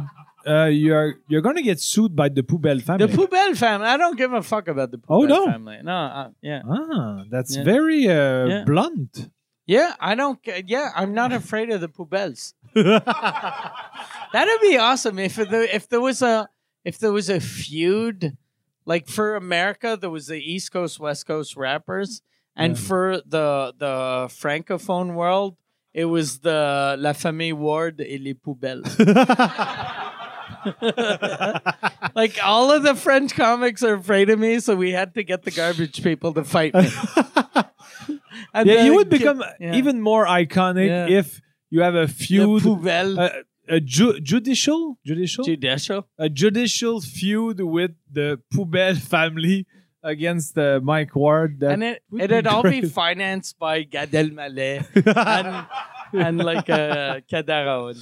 Speaker 1: uh, you are you're gonna get sued by the poubelle family.
Speaker 2: The Poubelle family. I don't give a fuck about the
Speaker 1: Oh,
Speaker 2: Poubelle
Speaker 1: no.
Speaker 2: family. No, uh, yeah,
Speaker 1: ah, that's
Speaker 2: Yeah.
Speaker 1: very uh,
Speaker 2: Yeah. <laughs>
Speaker 1: blunt. <laughs>
Speaker 2: yeah. I don't. ca- Yeah, I'm not afraid of the
Speaker 1: <laughs>
Speaker 2: Poubelles. That'd be awesome if there, if there was a if there was a feud like for America there was the East Coast West Coast rappers and
Speaker 1: Yeah.
Speaker 2: for the the francophone world it was the La Famille Ward et les Poubelles. like all of the French comics are afraid of me so we had to get the garbage people to
Speaker 1: <laughs>
Speaker 2: fight me. And
Speaker 1: yeah,
Speaker 2: then
Speaker 1: you would
Speaker 2: get-
Speaker 1: become
Speaker 2: yeah.
Speaker 1: even more iconic
Speaker 2: Yeah.
Speaker 1: if you have a
Speaker 2: the
Speaker 1: feud,
Speaker 2: Poubelle
Speaker 1: a, a ju- judicial, judicial,
Speaker 2: judicial.
Speaker 1: a judicial feud with the poubelle family against uh, Mike Ward. That <laughs>
Speaker 2: and it
Speaker 1: would
Speaker 2: it'd
Speaker 1: be
Speaker 2: all be
Speaker 1: great.
Speaker 2: financed by Gad Elmaleh
Speaker 1: <laughs>
Speaker 2: and and like uh, Kadaro. And,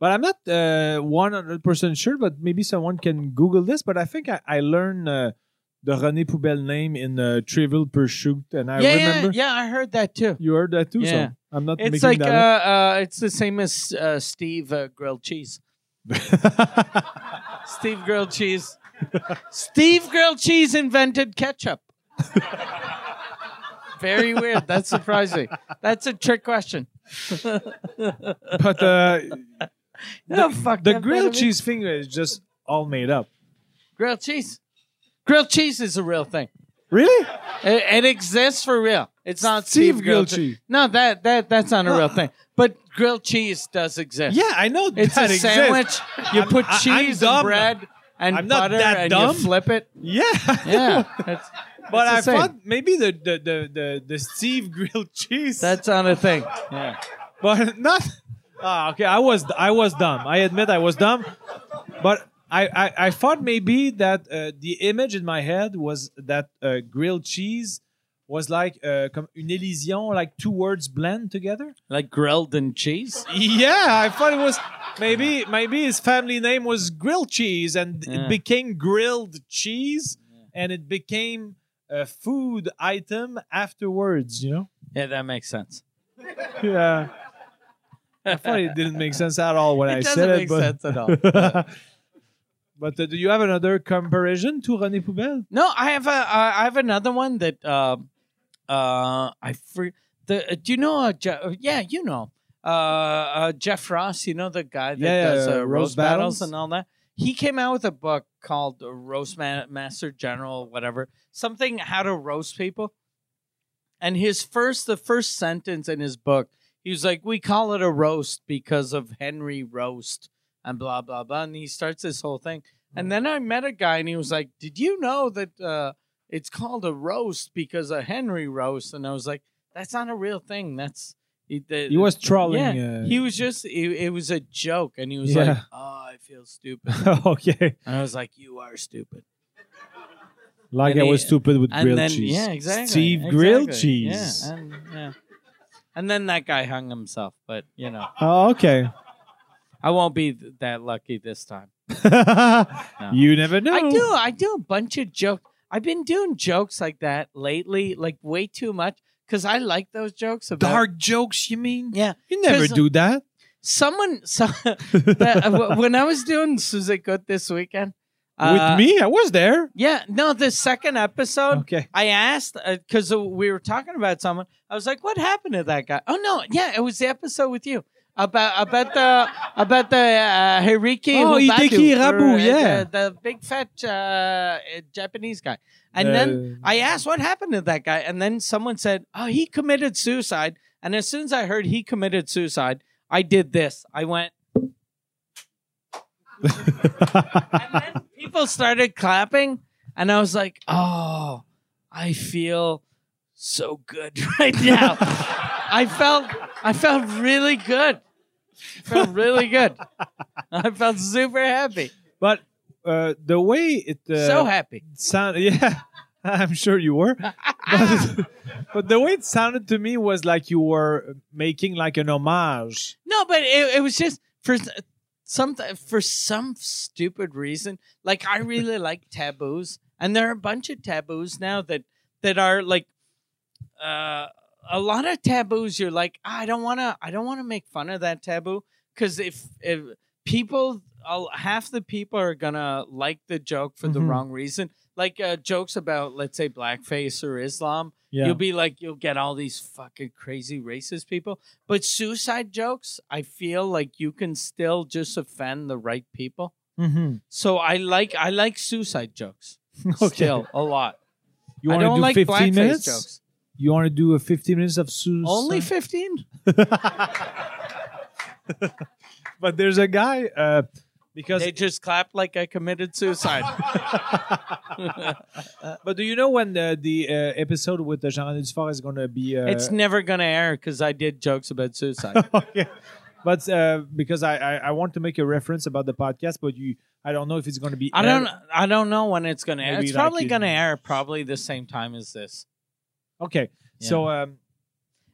Speaker 1: But I'm not uh, 100% sure, but maybe someone can Google this. But I think I, I learned uh, the René Poubelle name in uh, Trivial Pursuit, and I
Speaker 2: yeah,
Speaker 1: remember
Speaker 2: yeah, yeah, I heard that too.
Speaker 1: you heard that too.
Speaker 2: Yeah.
Speaker 1: So I'm not
Speaker 2: It's
Speaker 1: making
Speaker 2: like uh,
Speaker 1: that
Speaker 2: uh, it's the same as uh, Steve uh, grilled cheese. Steve grilled cheese. Steve grilled cheese invented ketchup. Very weird. That's surprising. That's a trick question.
Speaker 1: up. <laughs> but uh,
Speaker 2: No, fuck
Speaker 1: the
Speaker 2: that
Speaker 1: grilled
Speaker 2: better be-
Speaker 1: cheese thing is just all made up.
Speaker 2: Grilled cheese. Grilled cheese is a real thing.
Speaker 1: Really?
Speaker 2: It, it exists for real. It's not
Speaker 1: Steve
Speaker 2: Steve,
Speaker 1: grilled
Speaker 2: grilled
Speaker 1: cheese.
Speaker 2: cheese. No, that that that's not a real thing. But grilled cheese does exist.
Speaker 1: Yeah, I know
Speaker 2: it's
Speaker 1: that
Speaker 2: a
Speaker 1: exists.
Speaker 2: sandwich. You
Speaker 1: I'm-
Speaker 2: put
Speaker 1: I- I'm
Speaker 2: cheese
Speaker 1: dumb.
Speaker 2: and bread and
Speaker 1: I'm not
Speaker 2: butter,
Speaker 1: that
Speaker 2: and
Speaker 1: dumb.
Speaker 2: you flip it.
Speaker 1: Yeah. <laughs>
Speaker 2: Yeah, that's,
Speaker 1: but I
Speaker 2: it's the same.
Speaker 1: thought maybe the the, the, the the Steve grilled cheese.
Speaker 2: that's not a thing. Yeah.
Speaker 1: but <laughs> not. Ah, okay. I was I was dumb. I admit I was dumb, but I I, I thought maybe that uh, the image in my head was that uh, grilled cheese was like uh, comme une élision, like two words blend together.
Speaker 2: Like grilled and cheese.
Speaker 1: Yeah, I thought it was maybe maybe his family name was grilled cheese, and it
Speaker 2: Yeah.
Speaker 1: became grilled cheese, and it became a food item afterwards. You know.
Speaker 2: Yeah, that makes sense.
Speaker 1: Yeah. I thought it didn't make sense at all when
Speaker 2: It
Speaker 1: I
Speaker 2: doesn't
Speaker 1: said it.
Speaker 2: make
Speaker 1: But...
Speaker 2: sense
Speaker 1: <laughs>
Speaker 2: at all.
Speaker 1: but uh, do you have another comparison to René Poubelle?
Speaker 2: No, I have a I I have another one that uh, uh, I free the uh, do you know uh, Je- uh, yeah you know uh, uh, Jeff Ross you know the guy that
Speaker 1: Yeah, yeah,
Speaker 2: does uh,
Speaker 1: uh,
Speaker 2: roast,
Speaker 1: roast battles.
Speaker 2: battles? and all that he came out with a book called Roast Ma- Master General whatever something how to roast people and his first the first sentence in his book he was like we call it a roast because of Henry Roast and blah blah blah and he starts this whole thing
Speaker 1: Mm.
Speaker 2: and then I met a guy and he was like, Did you know that uh, it's called a roast because a Henry roast? And I was like, That's not a real thing. That's he, the,
Speaker 1: He was trolling.
Speaker 2: Yeah,
Speaker 1: uh,
Speaker 2: he was just it, it was a joke, and he was
Speaker 1: Yeah.
Speaker 2: like, "Oh, I feel stupid,"
Speaker 1: <laughs> okay.
Speaker 2: and I was like, "You are stupid."
Speaker 1: Like
Speaker 2: And
Speaker 1: I
Speaker 2: he-
Speaker 1: was stupid with
Speaker 2: And
Speaker 1: grilled
Speaker 2: then
Speaker 1: cheese.
Speaker 2: yeah, exactly.
Speaker 1: Steve
Speaker 2: exactly.
Speaker 1: grilled
Speaker 2: Yeah,
Speaker 1: cheese.
Speaker 2: and, yeah. and then that guy hung himself, but you know,
Speaker 1: Oh, okay.
Speaker 2: I won't be th- that lucky this time.
Speaker 1: <laughs> You never know.
Speaker 2: I do. I do a bunch of jokes. I've been doing jokes like that lately, like way too much, because I like those jokes. About
Speaker 1: Dark jokes, you mean?
Speaker 2: Yeah.
Speaker 1: You never
Speaker 2: 'Cause-
Speaker 1: do that.
Speaker 2: <laughs> uh, Someone. So, that, when I was doing Suzekut this weekend, Uh,
Speaker 1: With me? I was there.
Speaker 2: Yeah, no, the second episode, <laughs>
Speaker 1: Okay.
Speaker 2: I asked because we were talking about someone. I was like, "What happened to that guy?" Oh no, yeah, it was the episode with you about about the about the uh, Hiriki.
Speaker 1: Oh,
Speaker 2: Hibatu,
Speaker 1: Hideki Hirabu,
Speaker 2: or, uh,
Speaker 1: yeah.
Speaker 2: the, the big fat uh, uh, Japanese guy. And then
Speaker 1: Uh.
Speaker 2: I asked what happened to that guy, and then someone said, "Oh, he committed suicide." And as soon as I heard he committed suicide, I did this. I went. And then people started clapping, and I was like, "Oh, I feel so good <laughs> right now." I felt, I felt really good. I felt really good. I felt super happy,
Speaker 1: but uh, the way it uh,
Speaker 2: so happy.
Speaker 1: sounded, <laughs> yeah, I'm sure you were.
Speaker 2: <laughs>
Speaker 1: But, but the way it sounded to me was like you were making like an homage.
Speaker 2: No, but it, it was just for s- some for some stupid reason. Like I really like taboos, and there are a bunch of taboos now that that are like uh, a lot of taboos. You're like, I don't want to. I don't want to make fun of that taboo because if if people, I'll, half the people are gonna like the joke for the
Speaker 1: Mhm.
Speaker 2: wrong reason. Like uh, jokes about, let's say, blackface or Islam.
Speaker 1: Yeah.
Speaker 2: You'll be like, you'll get all these fucking crazy racist people. But suicide jokes, I feel like you can still just offend the right people.
Speaker 1: mm-hmm.
Speaker 2: So I like I like suicide jokes.
Speaker 1: <laughs> Okay.
Speaker 2: Still a lot.
Speaker 1: You
Speaker 2: I
Speaker 1: want to
Speaker 2: don't
Speaker 1: do
Speaker 2: like
Speaker 1: 15
Speaker 2: blackface
Speaker 1: minutes? uh,
Speaker 2: jokes.
Speaker 1: You want to do a 15 minutes of suicide?
Speaker 2: Only fifteen?
Speaker 1: but there's a guy uh, because
Speaker 2: They just clapped like I committed
Speaker 1: <laughs>
Speaker 2: suicide. <laughs>
Speaker 1: But do you know when the, the uh, episode with the Jean Dufort is going to be? Uh,
Speaker 2: it's never gonna air because I did jokes about suicide.
Speaker 1: <laughs> okay. But uh, because I, I I want to make a reference about the podcast, but you I don't know if it's going to be.
Speaker 2: I don't
Speaker 1: aired.
Speaker 2: I don't know when it's gonna air.
Speaker 1: Maybe
Speaker 2: it's
Speaker 1: like
Speaker 2: probably
Speaker 1: in-
Speaker 2: gonna air probably the same time as this.
Speaker 1: Okay,
Speaker 2: Yeah.
Speaker 1: so um,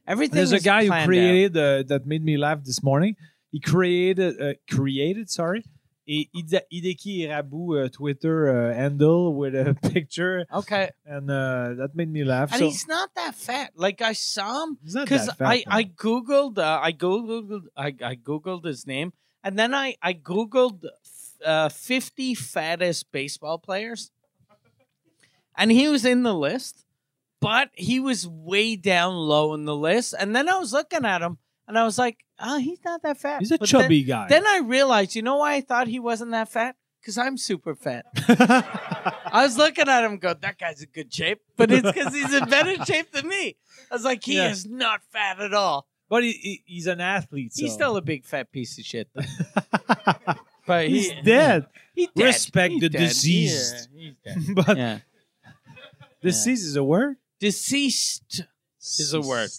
Speaker 2: Everything
Speaker 1: there's a
Speaker 2: is
Speaker 1: guy who
Speaker 2: planned out.
Speaker 1: created uh, that made me laugh this morning. He created uh, created sorry a Ida- Hideki Irabu uh, Twitter uh, handle with a <laughs> picture,
Speaker 2: Okay.
Speaker 1: and uh, that made me laugh.
Speaker 2: And
Speaker 1: so
Speaker 2: he's not that fat. Like I saw him
Speaker 1: he's not
Speaker 2: because
Speaker 1: that fat,
Speaker 2: I,
Speaker 1: man.
Speaker 2: I googled uh, I googled I, I googled his name and then I I googled uh, 50 fattest baseball players and he was in the list but he was way down low in the list and then I was looking at him and I was like oh he's not that fat
Speaker 1: he's a
Speaker 2: But
Speaker 1: chubby guy.
Speaker 2: then, then I realized you know why I thought he wasn't that fat because I'm super fat I was looking at him, go, that guy's in good shape, but it's because he's in better <laughs> shape than me. I was like, he
Speaker 1: Yeah.
Speaker 2: is not fat at all.
Speaker 1: <laughs> but he, he, he's an athlete.
Speaker 2: He's
Speaker 1: so.
Speaker 2: still a big fat piece of shit, though. <laughs> But
Speaker 1: he's
Speaker 2: he,
Speaker 1: dead.
Speaker 2: He dead.
Speaker 1: Respect
Speaker 2: He's
Speaker 1: the
Speaker 2: dead.
Speaker 1: deceased.
Speaker 2: Yeah, he's
Speaker 1: <laughs>
Speaker 2: dead.
Speaker 1: but
Speaker 3: <laughs>
Speaker 2: Yeah.
Speaker 1: disease is a word.
Speaker 2: Deceased is a word.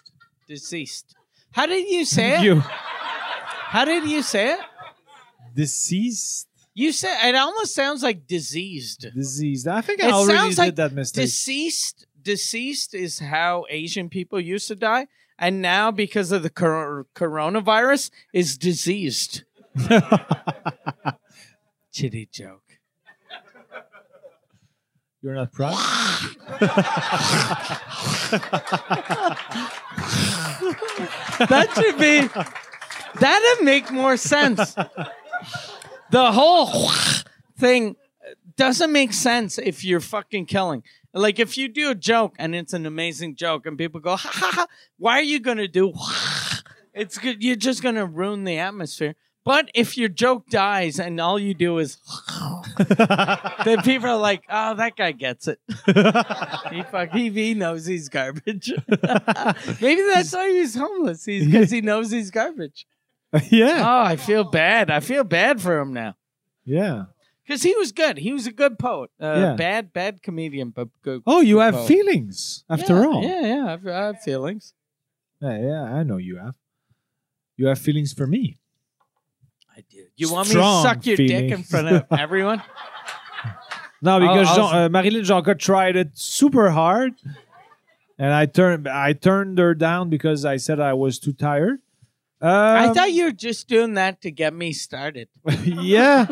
Speaker 2: Deceased. How did you <laughs> say it?
Speaker 1: You
Speaker 2: How did you say it?
Speaker 1: deceased,
Speaker 2: You said it almost sounds like diseased.
Speaker 1: diseased. I think I
Speaker 2: It
Speaker 1: already
Speaker 2: sounds
Speaker 1: did
Speaker 2: like
Speaker 1: that mistake.
Speaker 2: deceased deceased is how asian people used to die and now because of the cor- coronavirus is diseased chitty joke
Speaker 1: You're not proud.
Speaker 2: that should be that'd make more sense the whole thing doesn't make sense if you're fucking killing like if you do a joke and it's an amazing joke and people go ha ha ha why are you gonna do <laughs> it's good you're just gonna ruin the atmosphere but if your joke dies and all you do is <laughs> then people are like oh that guy gets it he fuck he, he knows he's garbage <laughs> maybe that's why he's homeless he's because he knows he's garbage
Speaker 1: <laughs> yeah,
Speaker 2: oh i feel bad i feel bad for him now
Speaker 1: yeah.
Speaker 2: because he was good he was a good poet uh,
Speaker 1: Yeah.
Speaker 2: bad bad comedian but good
Speaker 1: Oh, you have
Speaker 2: Well,
Speaker 1: feelings after
Speaker 2: Yeah,
Speaker 1: all. Yeah.
Speaker 2: yeah yeah I've- i have feelings
Speaker 1: yeah, I know you have. You have feelings for me.
Speaker 2: I do. You want
Speaker 1: Strong
Speaker 2: me to suck your
Speaker 1: feeling.
Speaker 2: dick in front
Speaker 1: <laughs>
Speaker 2: of everyone?
Speaker 1: No, because
Speaker 2: I'll-
Speaker 1: Jean, uh, Marilyn Jonca tried it super hard, and I turned I turned her down because I said I was too tired. Um,
Speaker 2: I thought you were just doing that to get me started.
Speaker 1: <laughs> yeah.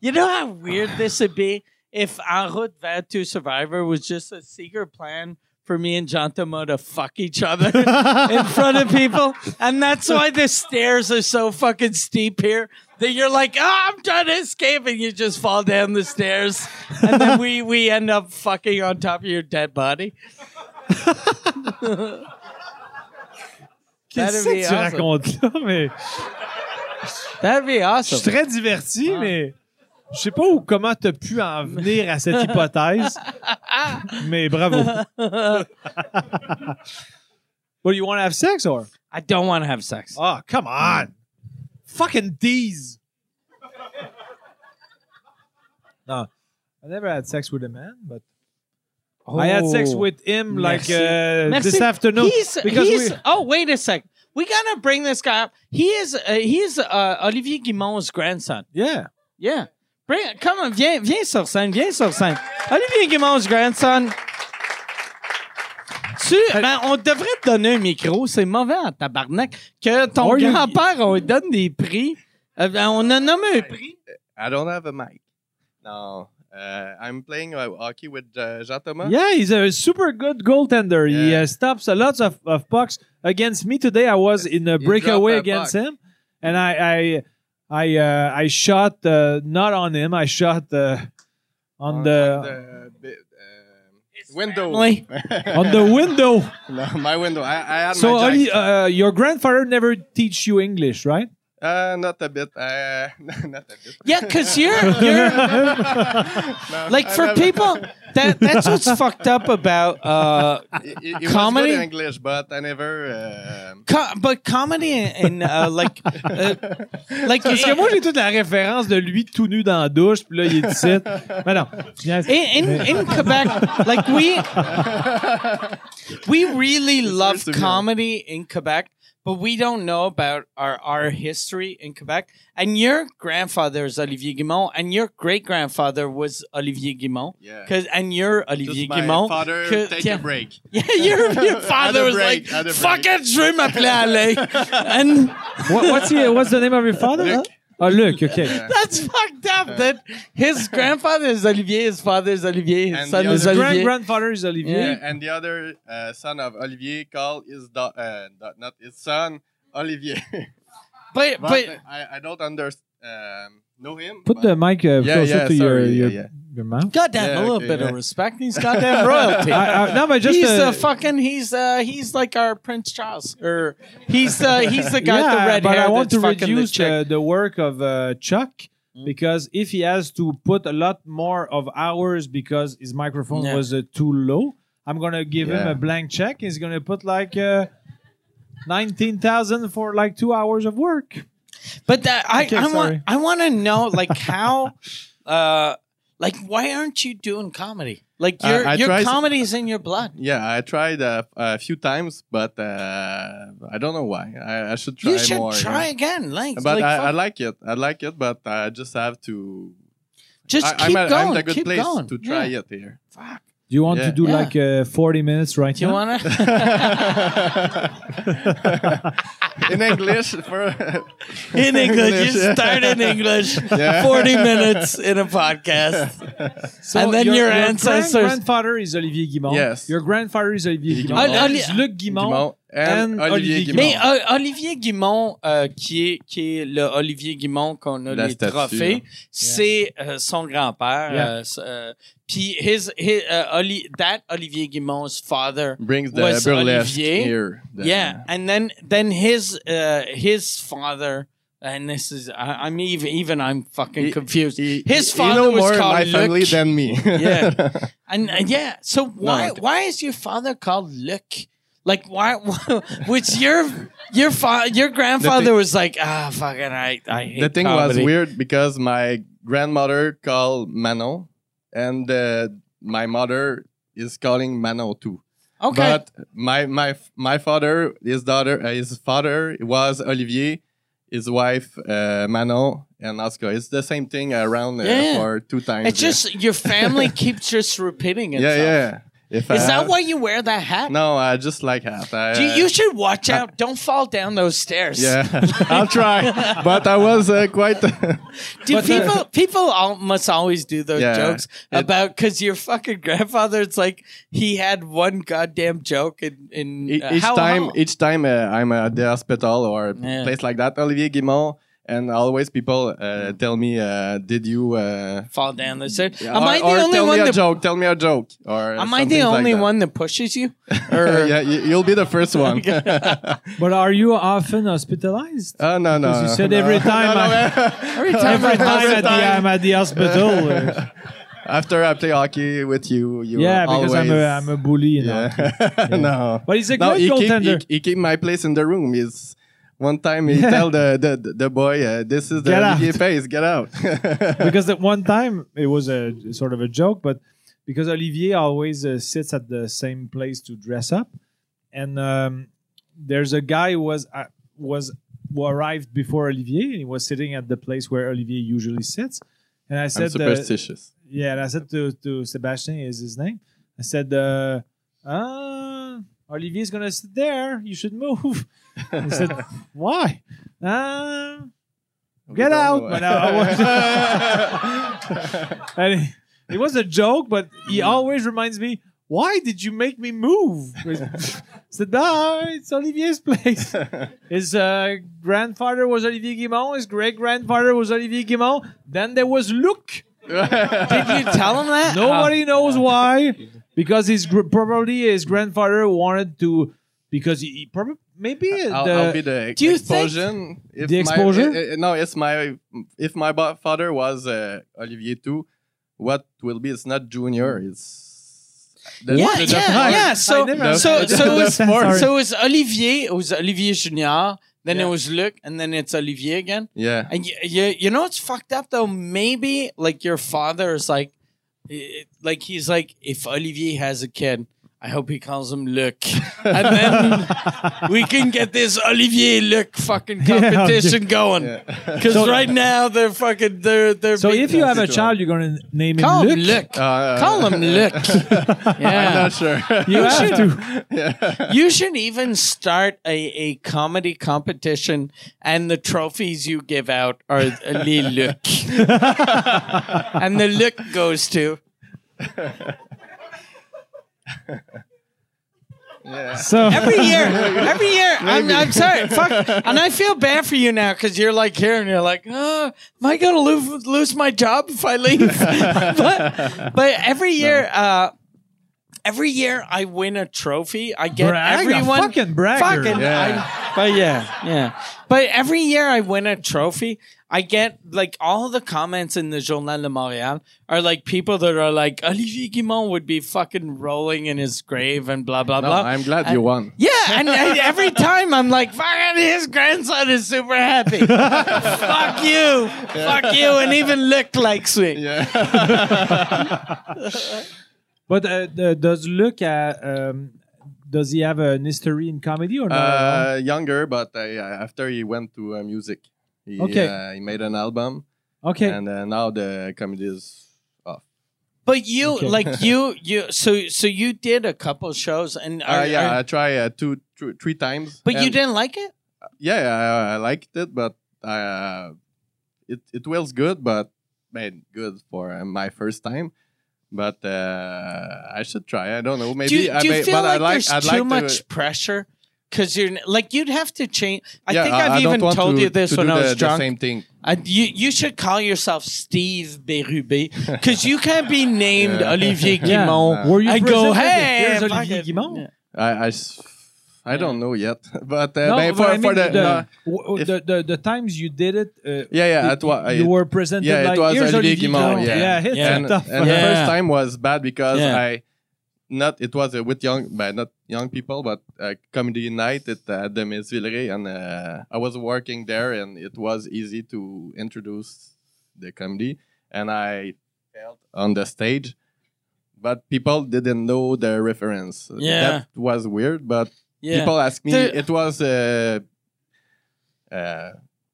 Speaker 2: You know how
Speaker 1: <sighs>
Speaker 2: weird this would be if En route vers to Survivor was just a secret plan for me and Jantamo to fuck
Speaker 1: <laughs>
Speaker 2: each other <laughs> in front of people. And that's why the stairs are so fucking steep here. that you're like, ah, I'm trying to escape, and you just fall down the stairs, and then we we end up fucking on top of your dead body.
Speaker 1: Qu'est-ce
Speaker 2: <laughs> That'd be
Speaker 1: que tu
Speaker 2: awesome.
Speaker 1: racontes là? Mais
Speaker 2: That'd be
Speaker 1: je suis
Speaker 2: awesome.
Speaker 1: très diverti,
Speaker 2: Ah.
Speaker 1: mais je sais pas où, comment t'as pu en venir à cette
Speaker 2: <laughs>
Speaker 1: hypothèse. mais bravo. What, you want to have sex or?
Speaker 2: I don't want to have sex.
Speaker 1: Oh, come on. Fucking D's. <laughs> no. I never had sex with a man, but I had sex
Speaker 2: Oh.
Speaker 1: with him
Speaker 2: Merci.
Speaker 1: like uh,
Speaker 2: Merci.
Speaker 1: this afternoon
Speaker 2: He's,
Speaker 1: because
Speaker 2: he's-
Speaker 1: we
Speaker 2: oh wait a sec. We gotta bring this guy up. He is uh, he is uh, Olivier Guimond's grandson.
Speaker 1: yeah.
Speaker 2: Yeah. Bring, come on, viens, viens sur scène, viens sur scène. Olivier Guimond's grandson. Tu, ben, on devrait te donner un micro, c'est mauvais en tabarnak. Que ton
Speaker 1: Or you-
Speaker 2: grand-père, on lui donne des prix. Euh, ben, on a nommé un prix.
Speaker 4: I don't have a mic. No, uh, I'm playing uh, hockey with uh, Jean Thomas.
Speaker 1: Yeah, he's a super good goaltender. He
Speaker 4: Yeah.
Speaker 1: uh, stops a lot of, of pucks against me today. I was in a
Speaker 4: dropped
Speaker 1: breakaway
Speaker 4: a
Speaker 1: against
Speaker 4: puck.
Speaker 1: him, and I I I, uh, I shot uh, not on him. I shot uh, on, the
Speaker 4: bi- um, window.
Speaker 2: family.
Speaker 4: <laughs>
Speaker 1: on the window.
Speaker 4: no, my window. I, I had
Speaker 1: so
Speaker 4: my
Speaker 1: Oli,
Speaker 4: jack-
Speaker 1: uh, your grandfather never teach you English, <laughs> right?
Speaker 4: uh, not a bit. Uh, <laughs> not a bit.
Speaker 2: Yeah, because you're, you're
Speaker 4: <laughs> No,
Speaker 2: like,
Speaker 4: I
Speaker 2: for
Speaker 4: never-
Speaker 2: people, that, that's what's fucked up about uh,
Speaker 4: It- it- it was
Speaker 2: Comedy?
Speaker 4: good English, but I never. um,
Speaker 2: Co- but comedy and, and uh, like, uh, like
Speaker 1: Parce que moi j'ai toute la référence de lui tout nu dans la douche, puis là il est ici. Mais non.
Speaker 2: in in, in Quebec, like we
Speaker 4: <laughs>
Speaker 2: we really love
Speaker 4: weird to me.
Speaker 2: comedy in Quebec, but we don't know about our our history in Quebec. And your grandfather is Olivier Guimont, and your great grandfather was Olivier Guimont.
Speaker 4: Yeah.
Speaker 2: Cause and you're Olivier
Speaker 4: Just my
Speaker 2: Guimont.
Speaker 4: father,
Speaker 2: 'Cause-
Speaker 4: take
Speaker 2: yeah.
Speaker 4: a break.
Speaker 2: <laughs> Yeah, your, your father
Speaker 4: <laughs> Had a
Speaker 2: was
Speaker 4: break, had
Speaker 2: like,
Speaker 4: a
Speaker 2: "Fucking je m'appelais
Speaker 4: <laughs>
Speaker 2: Alain," and
Speaker 1: What- what's he, what's the name of your father?
Speaker 4: Luc.
Speaker 1: Oh, Luke. Okay.
Speaker 2: that's fucked up. That his grandfather is Olivier, his father is Olivier, his
Speaker 4: And
Speaker 2: son
Speaker 4: the
Speaker 2: is
Speaker 4: other-
Speaker 1: Grand
Speaker 2: Olivier.
Speaker 1: grandfather is Olivier.
Speaker 4: Yeah, and the other uh, son of Olivier called his da- uh, da- not his son Olivier. <laughs>
Speaker 2: but
Speaker 4: but
Speaker 2: but
Speaker 4: I, I don't understand. Um, know him?
Speaker 1: Put
Speaker 4: but-
Speaker 1: the mic uh,
Speaker 4: Yeah,
Speaker 1: closer
Speaker 4: yeah,
Speaker 1: to your,
Speaker 4: sorry, yeah,
Speaker 1: your,
Speaker 4: yeah.
Speaker 1: your mouth.
Speaker 2: Goddamn,
Speaker 4: Yeah,
Speaker 2: a little
Speaker 4: okay,
Speaker 2: bit
Speaker 4: yeah.
Speaker 2: of respect. He's goddamn royalty.
Speaker 1: <laughs> I, I, no, but just
Speaker 2: he's
Speaker 1: uh,
Speaker 2: uh, fucking. He's uh, he's like our Prince Charles, or he's uh, he's the guy with the red
Speaker 1: but
Speaker 2: hair.
Speaker 1: I want to
Speaker 2: that's fucking
Speaker 1: reduce uh,
Speaker 2: the chick. Mm.
Speaker 1: the, the work of uh, Chuck because if he has to put a lot more of hours because his microphone
Speaker 2: Yeah.
Speaker 1: was uh, too low, I'm gonna give him
Speaker 4: Yeah.
Speaker 1: a blank check. He's gonna put like uh, nineteen thousand for like two hours of work.
Speaker 2: But that, I
Speaker 1: Okay,
Speaker 2: I want
Speaker 1: sorry.
Speaker 2: I want to know
Speaker 1: <laughs>
Speaker 2: like how, uh, like why aren't you doing comedy? Like
Speaker 4: I-
Speaker 2: your
Speaker 4: I
Speaker 2: your
Speaker 4: tries-
Speaker 2: comedy is in your blood.
Speaker 4: Yeah, I tried uh, a few times, but uh, I don't know why. I, I should try
Speaker 2: you should
Speaker 4: more. you
Speaker 2: try
Speaker 4: know.
Speaker 2: again. Like,
Speaker 4: But
Speaker 2: like,
Speaker 4: I,
Speaker 2: fuck,
Speaker 4: I like it. I like it, but I just have to.
Speaker 2: just
Speaker 4: I,
Speaker 2: keep
Speaker 4: I'm, at,
Speaker 2: going.
Speaker 4: I'm at a good
Speaker 2: keep
Speaker 4: place
Speaker 2: going.
Speaker 4: to try
Speaker 2: yeah.
Speaker 4: it here. <laughs>
Speaker 2: Fuck.
Speaker 1: Do you want to
Speaker 4: Yeah.
Speaker 1: do
Speaker 2: Yeah.
Speaker 1: like uh, forty minutes right
Speaker 2: Do you
Speaker 4: <laughs>
Speaker 1: now?
Speaker 4: in English,
Speaker 2: <laughs>
Speaker 4: for
Speaker 2: in English. You start in
Speaker 4: <laughs>
Speaker 2: English. Forty minutes in a podcast.
Speaker 1: So
Speaker 2: And then your
Speaker 1: grand-
Speaker 2: ancestors-
Speaker 1: grandfather is Olivier Guimond.
Speaker 4: Yes.
Speaker 1: Your grandfather is Olivier
Speaker 4: Guimond.
Speaker 1: Guimond.
Speaker 2: Oli- Oli-
Speaker 1: It's Luc Guimond.
Speaker 4: Guimond and,
Speaker 1: and Olivier
Speaker 4: Olivier
Speaker 1: Guimond.
Speaker 2: Mais
Speaker 4: Guimond.
Speaker 2: euh, Olivier Guimont, euh, qui, est, qui est le Olivier Guimond qu'on a
Speaker 4: La
Speaker 2: les
Speaker 4: statue,
Speaker 2: trophées,
Speaker 4: là.
Speaker 2: c'est euh, son grand-père.
Speaker 1: Yeah.
Speaker 2: euh, c'est, euh, Puis his, his, uh, Oli- that Olivier Guimon's father.
Speaker 4: brings the
Speaker 2: was
Speaker 4: burlesque
Speaker 2: Olivier.
Speaker 4: here. The-
Speaker 2: yeah, and then then his uh, his father, and this is I, I'm even even I'm fucking
Speaker 4: He-
Speaker 2: confused.
Speaker 4: He-
Speaker 2: his
Speaker 4: he-
Speaker 2: father
Speaker 4: you know
Speaker 2: was
Speaker 4: more
Speaker 2: called
Speaker 4: my family
Speaker 2: Luc.
Speaker 4: than me. <laughs>
Speaker 2: Yeah. And,
Speaker 4: Mm.
Speaker 2: and yeah, so why
Speaker 4: okay.
Speaker 2: why is your father called Luke? Like why? <laughs> Which your your fa- your grandfather was like ah fucking I I hate
Speaker 4: the thing was
Speaker 2: comedy."
Speaker 4: weird because my grandmother called Manon, and uh, my mother is calling Manon too.
Speaker 2: Okay,
Speaker 4: But my my my father, his daughter, uh, his father was Olivier, his wife uh, Manon, and Oscar. It's the same thing around uh,
Speaker 2: Yeah.
Speaker 4: for two times.
Speaker 2: it's just your family keeps just repeating
Speaker 4: yeah, yeah.
Speaker 2: itself.
Speaker 4: yeah. If I
Speaker 2: Is that
Speaker 4: have-
Speaker 2: why you wear that hat?
Speaker 4: No, I just like half. I,
Speaker 2: Do you,
Speaker 4: uh,
Speaker 2: you should watch out! Don't fall down those stairs.
Speaker 4: Yeah, <laughs> I'll try. But I was uh, quite.
Speaker 2: <laughs>
Speaker 1: But,
Speaker 2: Do
Speaker 1: uh,
Speaker 2: people people all, must always do those
Speaker 4: Yeah.
Speaker 2: jokes
Speaker 4: It-
Speaker 2: about because your fucking grandfather? It's like he had one goddamn joke in in
Speaker 4: E-
Speaker 2: uh,
Speaker 4: each
Speaker 2: how-
Speaker 4: time
Speaker 2: how-
Speaker 4: each time uh, I'm at the hospital or
Speaker 2: Yeah.
Speaker 4: place like that, Olivier Guimont and always people uh, tell me, uh, "Did you?" Uh,
Speaker 2: fall down the stairs.
Speaker 4: yeah,
Speaker 2: Am
Speaker 4: or,
Speaker 2: I the
Speaker 4: or
Speaker 2: only
Speaker 4: tell
Speaker 2: one
Speaker 4: me a
Speaker 2: that?
Speaker 4: joke. Tell me a joke. Or
Speaker 2: Am I the
Speaker 4: something like
Speaker 2: only
Speaker 4: that.
Speaker 2: one that pushes
Speaker 4: <laughs>
Speaker 2: you? Or
Speaker 4: yeah, you, you'll be
Speaker 2: <laughs>
Speaker 4: the first one.
Speaker 1: But are you often hospitalized?
Speaker 4: <laughs> Oh no, no.
Speaker 1: Because you said
Speaker 4: no.
Speaker 1: every time
Speaker 4: No, <laughs> no,
Speaker 1: Every time,
Speaker 4: <laughs>
Speaker 1: at the, I'm at the hospital. uh,
Speaker 4: After I play hockey with you, you
Speaker 1: yeah,
Speaker 4: were
Speaker 1: because I'm a,
Speaker 4: always-
Speaker 1: I'm a bully. You know.
Speaker 4: yeah. <laughs> no.
Speaker 1: But he's a
Speaker 4: No,
Speaker 1: good
Speaker 4: he keep, he,
Speaker 1: goaltender.
Speaker 4: he keep my place in the room. He's one
Speaker 1: <laughs>
Speaker 4: time he tell the, the the boy, uh, "This is the
Speaker 1: Get out.
Speaker 4: Olivier Pace. Get out." <laughs>
Speaker 1: because at one time it was a sort of a joke, but because Olivier always uh, sits at the same place to dress up, and um, there's a guy who was uh, was who arrived before Olivier, and he was sitting at the place where Olivier usually sits. And I
Speaker 4: I'm
Speaker 1: said, uh,
Speaker 4: superstitious.
Speaker 1: yeah, and I said to, to Sebastian, is his name. I said, uh, uh, Olivier's gonna sit there. You should move. <laughs> He said, why? Uh, get out. But I- I
Speaker 4: <laughs>
Speaker 1: was- and it, it was a joke, but he always reminds me, why did you make me move? I said, no, it's Olivier's
Speaker 4: <laughs>
Speaker 1: place. His uh, grandfather was Olivier Guimont. His great grandfather was Olivier Guimont. Then there was Luc.
Speaker 2: <laughs> did you tell him that?
Speaker 1: <laughs> Nobody knows why. Because his gr- probably his grandfather wanted to because he, probably maybe
Speaker 4: I'll,
Speaker 1: the,
Speaker 4: I'll be the
Speaker 2: Do you
Speaker 4: explosion. If
Speaker 1: The
Speaker 4: my-
Speaker 1: explosion?
Speaker 4: eh, eh, no, it's my if my ba- father was uh, Olivier too. What will be? It's not junior. It's the,
Speaker 2: Yeah,
Speaker 4: the- the-
Speaker 2: yeah, yeah. So,
Speaker 1: never-
Speaker 2: <laughs>
Speaker 4: <laughs>
Speaker 2: so,
Speaker 4: The-
Speaker 2: so,
Speaker 4: the
Speaker 2: it's,
Speaker 1: sport.
Speaker 2: so it's Olivier. It was Olivier Junior. Then
Speaker 4: Yeah.
Speaker 2: it was Luc, and then it's Olivier again. <laughs>
Speaker 4: yeah.
Speaker 2: And you, you, you know what's fucked up though? Maybe like your father is like, eh, like he's like, if Olivier has a kid, I hope he calls him Luc, and
Speaker 4: <laughs>
Speaker 2: then we can get this Olivier Luc fucking
Speaker 1: Yeah.
Speaker 2: competition going.
Speaker 4: yeah.
Speaker 2: Because
Speaker 1: So-
Speaker 2: right now they're fucking they're they're.
Speaker 1: so
Speaker 2: big
Speaker 1: if you
Speaker 2: guys.
Speaker 1: have a child, you're gonna name
Speaker 2: call
Speaker 1: him
Speaker 2: him
Speaker 1: Luc.
Speaker 2: Luc,
Speaker 4: Uh,
Speaker 2: call <laughs> him Luc.
Speaker 4: I'm
Speaker 2: Yeah,
Speaker 4: not sure.
Speaker 1: You have to.
Speaker 4: yeah.
Speaker 2: you should even start a, a comedy competition, and the trophies you give out are the
Speaker 1: <laughs>
Speaker 2: look, and the look goes to
Speaker 4: yeah.
Speaker 1: So <laughs>
Speaker 2: <laughs> every year. Every year, I'm, I'm sorry, fuck, and I feel bad for you now because you're like here and you're like, oh, am I gonna lose lose my job if I leave? <laughs> but but every year, uh, every year I win a trophy. I get
Speaker 1: brag, a
Speaker 2: everyone.
Speaker 1: fucking bragger.
Speaker 2: fucking
Speaker 4: <laughs> Yeah.
Speaker 2: I, but yeah yeah but every year i win a trophy i get like all the comments in the journal de montréal are like people that are like olivier guimont would be fucking rolling in his grave and blah blah
Speaker 4: No,
Speaker 2: blah
Speaker 4: I'm glad you
Speaker 2: <laughs>
Speaker 4: won.
Speaker 2: yeah, and, and
Speaker 4: <laughs>
Speaker 2: every time I'm like, fucking his grandson is super happy. Fuck you. Fuck you. And even look likes me. <laughs>
Speaker 4: Yeah.
Speaker 1: But uh, the, does Luc uh, um, does he have an history in comedy or not?
Speaker 4: Uh, younger, but I, uh, after he went to uh, music, he,
Speaker 1: Okay.
Speaker 4: uh, he made an album,
Speaker 1: okay.
Speaker 4: and uh, now the comedy is off.
Speaker 2: But you,
Speaker 1: Okay.
Speaker 4: <laughs>
Speaker 2: like you, you, so, so you did a couple shows and,
Speaker 4: Uh,
Speaker 2: are-
Speaker 4: yeah,
Speaker 2: are-
Speaker 4: I tried uh, two, thr- three times.
Speaker 2: but you
Speaker 4: and-
Speaker 2: didn't like it?
Speaker 4: Yeah, I, I liked it, but uh, it it was good, but made good for uh, my first time. But uh, I should try. I don't know. Maybe
Speaker 2: do you,
Speaker 4: I
Speaker 2: do you
Speaker 4: may,
Speaker 2: feel
Speaker 4: but
Speaker 2: like,
Speaker 4: I like.
Speaker 2: there's
Speaker 4: I'd
Speaker 2: too
Speaker 4: like
Speaker 2: much
Speaker 4: To,
Speaker 2: pressure? Because you're like you'd have to change. I
Speaker 4: yeah,
Speaker 2: think I've
Speaker 4: don't
Speaker 2: even
Speaker 4: want
Speaker 2: told
Speaker 4: to-
Speaker 2: you this
Speaker 4: to
Speaker 2: when
Speaker 4: do
Speaker 2: I was
Speaker 4: the,
Speaker 2: drunk.
Speaker 4: The same thing.
Speaker 2: I, you you should call yourself Steve Berube because you can't be named
Speaker 4: <laughs> Yeah.
Speaker 2: Olivier
Speaker 1: Yeah.
Speaker 2: Guimont.
Speaker 1: Were you
Speaker 2: I go,
Speaker 1: presented?
Speaker 2: hey,
Speaker 1: Here's
Speaker 2: fuck
Speaker 1: Olivier
Speaker 2: it."
Speaker 1: Guimont.
Speaker 4: I I, s- I don't know yet, <laughs> but uh,
Speaker 1: No, but
Speaker 4: but for,
Speaker 1: I mean
Speaker 4: for the, no,
Speaker 1: w- w-
Speaker 4: if-
Speaker 1: the, the the times you did it, uh,
Speaker 4: yeah yeah
Speaker 1: you-
Speaker 4: it was
Speaker 1: you were presented
Speaker 4: yeah, it
Speaker 1: like
Speaker 4: was
Speaker 1: here's
Speaker 4: Olivier
Speaker 1: Olivier
Speaker 4: Guimond, yeah.
Speaker 1: yeah, it's
Speaker 2: Yeah.
Speaker 1: a
Speaker 4: and,
Speaker 1: tough.
Speaker 4: and the
Speaker 2: Yeah.
Speaker 4: first time was bad because
Speaker 2: Yeah.
Speaker 4: I not it was uh, with young but not young people but uh, comedy night at uh, the Mesvillerie and uh, I was working there and it was easy to introduce the comedy and I felt on the stage but people didn't know the reference
Speaker 2: Yeah.
Speaker 4: that was weird but
Speaker 2: Yeah.
Speaker 4: people ask me
Speaker 2: The-
Speaker 4: it was uh, uh,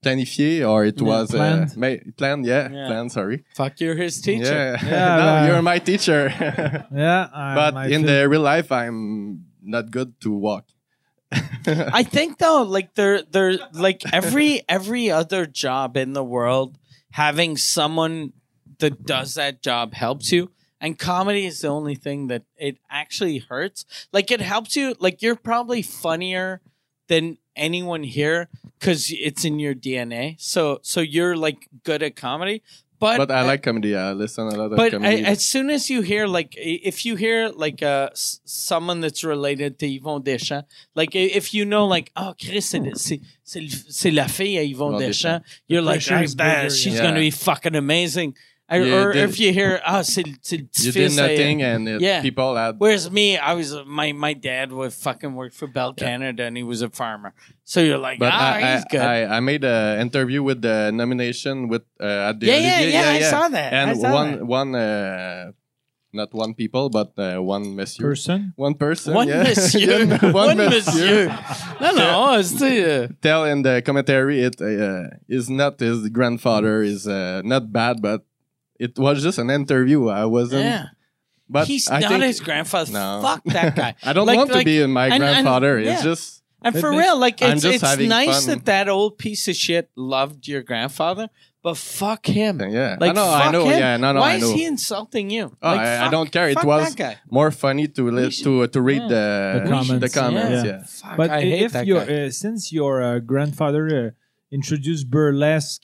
Speaker 4: planifié or it
Speaker 2: Yeah,
Speaker 4: was
Speaker 1: planned.
Speaker 4: Uh, ma- planned yeah,
Speaker 2: Yeah.
Speaker 4: planned sorry
Speaker 2: Fuck, you're his teacher.
Speaker 4: yeah, <laughs>
Speaker 1: Yeah,
Speaker 4: no,
Speaker 1: but-
Speaker 4: you're my teacher <laughs>
Speaker 1: uh, Yeah, I
Speaker 4: but
Speaker 1: might
Speaker 4: in
Speaker 1: feel-
Speaker 4: the real life i'm not good to walk <laughs>
Speaker 2: I think though, like they're they're like every every other job in the world, having someone that does that job helps you. And comedy is the only thing that it actually hurts. Like it helps you. Like you're probably funnier than anyone here because it's in your DNA. So so you're like good at comedy. But,
Speaker 4: But I like comedy. I listen a lot of
Speaker 2: But I,
Speaker 4: comedy.
Speaker 2: as soon as you hear like i- if you hear like uh s- someone that's related to Yvon Deschamps, like i- if you know like oh Chris c'est le- c'est c'est le- c'est la fille à Yvon
Speaker 4: Yvon
Speaker 2: Deschamps, you're like
Speaker 1: pressure
Speaker 2: ah,
Speaker 1: is
Speaker 2: ben,
Speaker 1: bigger,
Speaker 2: she's
Speaker 4: yeah.
Speaker 2: gonna be fucking amazing. I,
Speaker 4: You
Speaker 2: or
Speaker 4: did-
Speaker 2: if you hear ah c'est le- c'est le
Speaker 4: you did
Speaker 2: petit-fils à-
Speaker 4: nothing, and it,
Speaker 2: Yeah.
Speaker 4: people had
Speaker 2: Whereas me, I was my my dad would fucking work for Bell Canada and he was a farmer. So you're like,
Speaker 4: But
Speaker 2: ah,
Speaker 4: I,
Speaker 2: he's
Speaker 4: I,
Speaker 2: good.
Speaker 4: I, I made an interview with the nomination with uh, at the
Speaker 2: yeah, yeah,
Speaker 4: Olivier.
Speaker 2: yeah, I saw that.
Speaker 4: And
Speaker 2: I saw
Speaker 4: one
Speaker 2: that.
Speaker 4: one uh, not one people, but uh, one monsieur,
Speaker 1: person.
Speaker 4: one person,
Speaker 2: One
Speaker 4: yeah. <laughs>
Speaker 2: monsieur.
Speaker 4: Yeah,
Speaker 2: One
Speaker 4: <laughs>
Speaker 2: monsieur. no, no, it's the, uh,
Speaker 4: Tell in the commentary, it uh, is not his grandfather
Speaker 2: Mm.
Speaker 4: is uh, not bad, but it was just an interview. I wasn't.
Speaker 2: yeah.
Speaker 4: But
Speaker 2: He's
Speaker 4: I
Speaker 2: not
Speaker 4: think,
Speaker 2: his grandfather.
Speaker 4: No.
Speaker 2: Fuck that
Speaker 1: <laughs>
Speaker 2: guy.
Speaker 4: <laughs> I don't
Speaker 2: Like-
Speaker 4: want
Speaker 2: like-
Speaker 4: to be my
Speaker 2: and- and-
Speaker 4: grandfather. It's
Speaker 2: yeah.
Speaker 4: just
Speaker 2: And
Speaker 1: It
Speaker 2: for
Speaker 1: makes-
Speaker 2: real, like
Speaker 4: I'm
Speaker 2: it's,
Speaker 4: just
Speaker 2: it's
Speaker 4: having
Speaker 2: nice
Speaker 4: fun.
Speaker 2: that that old piece of shit loved your grandfather, but fuck him.
Speaker 4: yeah.
Speaker 2: Like,
Speaker 4: I know,
Speaker 2: fuck
Speaker 4: I know.
Speaker 2: him.
Speaker 4: Yeah, no, no,
Speaker 2: Why
Speaker 4: I know.
Speaker 2: is he insulting you?
Speaker 4: Oh,
Speaker 2: Like,
Speaker 4: I, I
Speaker 2: fuck-
Speaker 4: don't care. It
Speaker 2: fuck
Speaker 4: was
Speaker 2: that guy.
Speaker 4: more funny to li-
Speaker 2: should-
Speaker 4: to to read the
Speaker 1: The comments,
Speaker 4: comments,
Speaker 1: yeah.
Speaker 4: Yeah.
Speaker 2: Fuck,
Speaker 1: But
Speaker 2: I hate
Speaker 1: if
Speaker 2: that
Speaker 1: your
Speaker 2: guy.
Speaker 1: uh, since your uh, grandfather uh, introduced burlesque,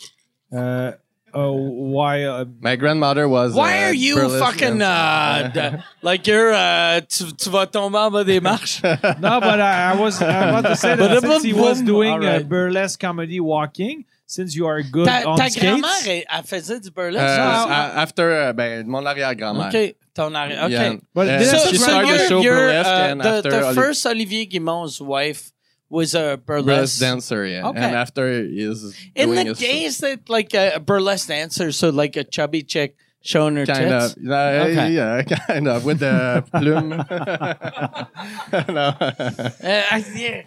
Speaker 1: uh, uh, why? Uh,
Speaker 4: My grandmother was.
Speaker 2: Why
Speaker 4: uh,
Speaker 2: are you
Speaker 4: burlesque
Speaker 2: fucking uh,
Speaker 4: <laughs> dancer.
Speaker 2: d- like you're uh, tu, tu vas tomber en bas
Speaker 1: <laughs>
Speaker 2: des marches?
Speaker 1: no, but I, I was I want to
Speaker 4: <laughs>
Speaker 1: say that
Speaker 2: But
Speaker 1: since he was
Speaker 2: boom,
Speaker 1: doing
Speaker 2: all
Speaker 1: uh,
Speaker 2: right.
Speaker 1: burlesque comedy walking, since you are good
Speaker 2: Ta,
Speaker 1: on
Speaker 2: ta grand-mère,
Speaker 1: skates,
Speaker 2: elle, elle faisait du
Speaker 4: Uh,
Speaker 2: burlesque. Ah,
Speaker 4: a- after uh, ben, mon arrière-grand-mère.
Speaker 2: ok, ton arri- Ok.
Speaker 4: Yeah.
Speaker 1: But
Speaker 4: Uh,
Speaker 1: this-
Speaker 2: So,
Speaker 4: she
Speaker 1: you
Speaker 2: so
Speaker 4: started
Speaker 2: you're,
Speaker 4: the show
Speaker 2: you're,
Speaker 4: burlesque
Speaker 2: uh,
Speaker 4: and
Speaker 2: the,
Speaker 4: after
Speaker 2: the
Speaker 4: Oli-
Speaker 2: first Olivier Guimond's wife was a burlesque.
Speaker 4: burlesque dancer, yeah.
Speaker 2: Okay.
Speaker 4: And after is
Speaker 2: In
Speaker 4: doing
Speaker 2: the
Speaker 4: his show.
Speaker 2: days that like a burlesque dancer, so like a chubby chick showing her
Speaker 4: Kind
Speaker 2: tits.
Speaker 4: of, yeah,
Speaker 2: Okay.
Speaker 4: yeah, kind of with
Speaker 2: <laughs>
Speaker 4: the plume. <laughs> no.
Speaker 2: Uh, I, yeah.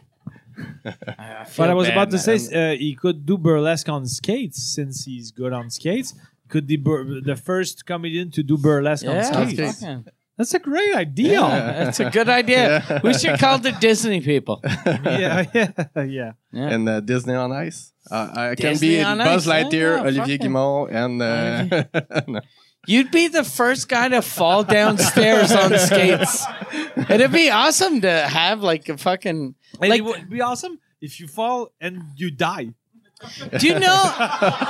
Speaker 2: I feel
Speaker 1: but I was
Speaker 2: bad,
Speaker 1: about to say
Speaker 2: man.
Speaker 1: uh, he could do burlesque on skates since he's good on skates. Could be bur- the first comedian to do burlesque
Speaker 2: Yeah,
Speaker 1: on
Speaker 4: okay.
Speaker 1: skates.
Speaker 2: fucking-
Speaker 1: That's a great idea.
Speaker 2: Yeah, that's a good idea.
Speaker 4: Yeah.
Speaker 2: We should call the Disney people. <laughs>
Speaker 1: yeah, yeah, yeah.
Speaker 4: and uh, Disney on Ice. Uh, I can
Speaker 2: Disney
Speaker 4: be
Speaker 2: on
Speaker 4: Buzz
Speaker 2: Ice,
Speaker 4: Lightyear,
Speaker 2: yeah,
Speaker 4: Olivier
Speaker 2: fucking-
Speaker 4: Guimond, and uh, <laughs> no.
Speaker 2: You'd be the first guy to fall downstairs
Speaker 4: <laughs>
Speaker 2: on skates. It'd be awesome to have like a fucking
Speaker 1: And
Speaker 2: like.
Speaker 1: it would be awesome if you fall and you die.
Speaker 2: Do you know?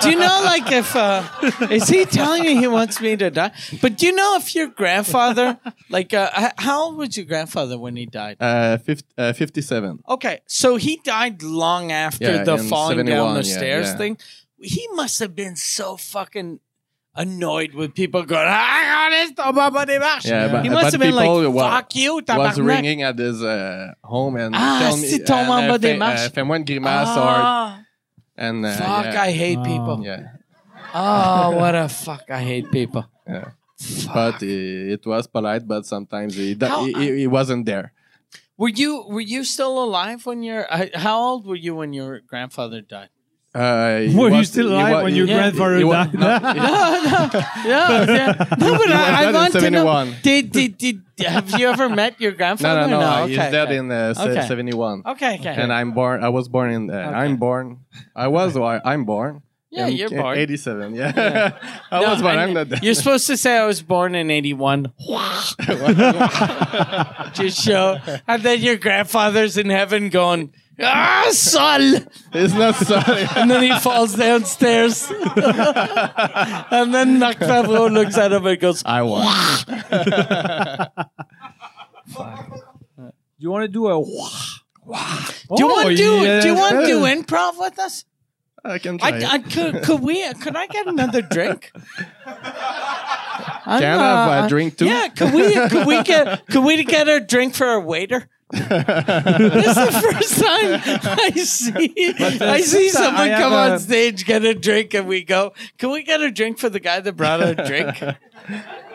Speaker 2: Do you know like if uh, is he telling me he wants me to die? But do you know if your grandfather like uh, h- how old was your grandfather when he died?
Speaker 4: <laughs> uh, 50, uh, 57.
Speaker 2: Okay, so he died long after
Speaker 4: Yeah,
Speaker 2: the
Speaker 4: in
Speaker 2: falling down the
Speaker 4: 71, yeah,
Speaker 2: stairs
Speaker 4: yeah.
Speaker 2: thing. He must have been so fucking annoyed with people going, "Ah, on est tombé en bas des marches."
Speaker 4: Yeah, but-
Speaker 2: he must
Speaker 4: but
Speaker 2: have been
Speaker 4: people
Speaker 2: like,
Speaker 4: wa-
Speaker 2: "Fuck you,
Speaker 4: was
Speaker 2: tabarnak."
Speaker 4: ringing at his uh, home and
Speaker 2: Ah,
Speaker 4: tell me,
Speaker 2: c'est ton
Speaker 4: and,
Speaker 2: membre
Speaker 4: uh,
Speaker 2: des
Speaker 4: fais-
Speaker 2: marches.
Speaker 4: uh, Fais-moi une grimace
Speaker 2: Ah,
Speaker 4: or and uh,
Speaker 2: fuck,
Speaker 4: yeah,
Speaker 2: I hate
Speaker 1: Oh.
Speaker 2: people.
Speaker 4: yeah.
Speaker 2: Oh, what a fuck, I hate people.
Speaker 4: Yeah.
Speaker 2: Fuck.
Speaker 4: But it, it was polite, but sometimes he,
Speaker 2: How-
Speaker 4: he, he, he wasn't there.
Speaker 2: were you were you still alive when your I- how old were you when your grandfather died?
Speaker 4: Uh, he
Speaker 1: Were you
Speaker 4: was-
Speaker 1: still
Speaker 4: he
Speaker 1: alive
Speaker 4: wa-
Speaker 1: when your
Speaker 4: he-
Speaker 1: grandfather
Speaker 4: he wa-
Speaker 1: died? <laughs>
Speaker 4: <laughs> no,
Speaker 2: No,
Speaker 4: he-
Speaker 2: <laughs> no, no,
Speaker 4: <laughs>
Speaker 2: yeah. no but
Speaker 4: He was
Speaker 2: I, I
Speaker 4: dead in
Speaker 2: want to know.
Speaker 4: 71.
Speaker 2: Did, did, did, have you ever met your
Speaker 4: No,
Speaker 2: grandfather?
Speaker 4: no, no. he's
Speaker 2: okay,
Speaker 4: dead
Speaker 2: okay.
Speaker 4: in uh, se-
Speaker 2: Okay.
Speaker 4: 71.
Speaker 2: Okay, okay.
Speaker 4: And I'm born. I was born in. Uh, I'm born. I was. Or I'm born.
Speaker 2: yeah,
Speaker 4: in-
Speaker 2: you're
Speaker 4: in
Speaker 2: born.
Speaker 4: 87. Yeah. <laughs> I
Speaker 2: No,
Speaker 4: was born.
Speaker 2: I-
Speaker 4: I'm not dead. <laughs>
Speaker 2: You're supposed to say I was born in '81. <laughs> Just show, and then your grandfather's in heaven going, "Ah, sol,"
Speaker 4: It's not
Speaker 2: <laughs>
Speaker 4: sorry.
Speaker 2: and then he falls downstairs, <laughs> and then Marc Favreau looks at him and goes,
Speaker 4: <laughs> I won.
Speaker 1: You want to do a wah?
Speaker 2: "Do you want to do?
Speaker 1: Oh, yeah,
Speaker 2: do you
Speaker 1: that's
Speaker 2: want to
Speaker 1: better.
Speaker 2: do improv with us?
Speaker 4: <laughs> I can try.
Speaker 2: I, I could. Could we? Could I get another drink? I'm,
Speaker 4: can
Speaker 1: uh,
Speaker 4: I have a drink too? <laughs>
Speaker 2: Yeah, could we could we get could we get a drink for a waiter? this is the first time I see I see
Speaker 1: since I-
Speaker 2: someone
Speaker 1: I have
Speaker 2: come
Speaker 1: a-
Speaker 2: on stage get a drink and we go, can we get a drink for the guy that brought a
Speaker 1: <laughs>
Speaker 2: drink?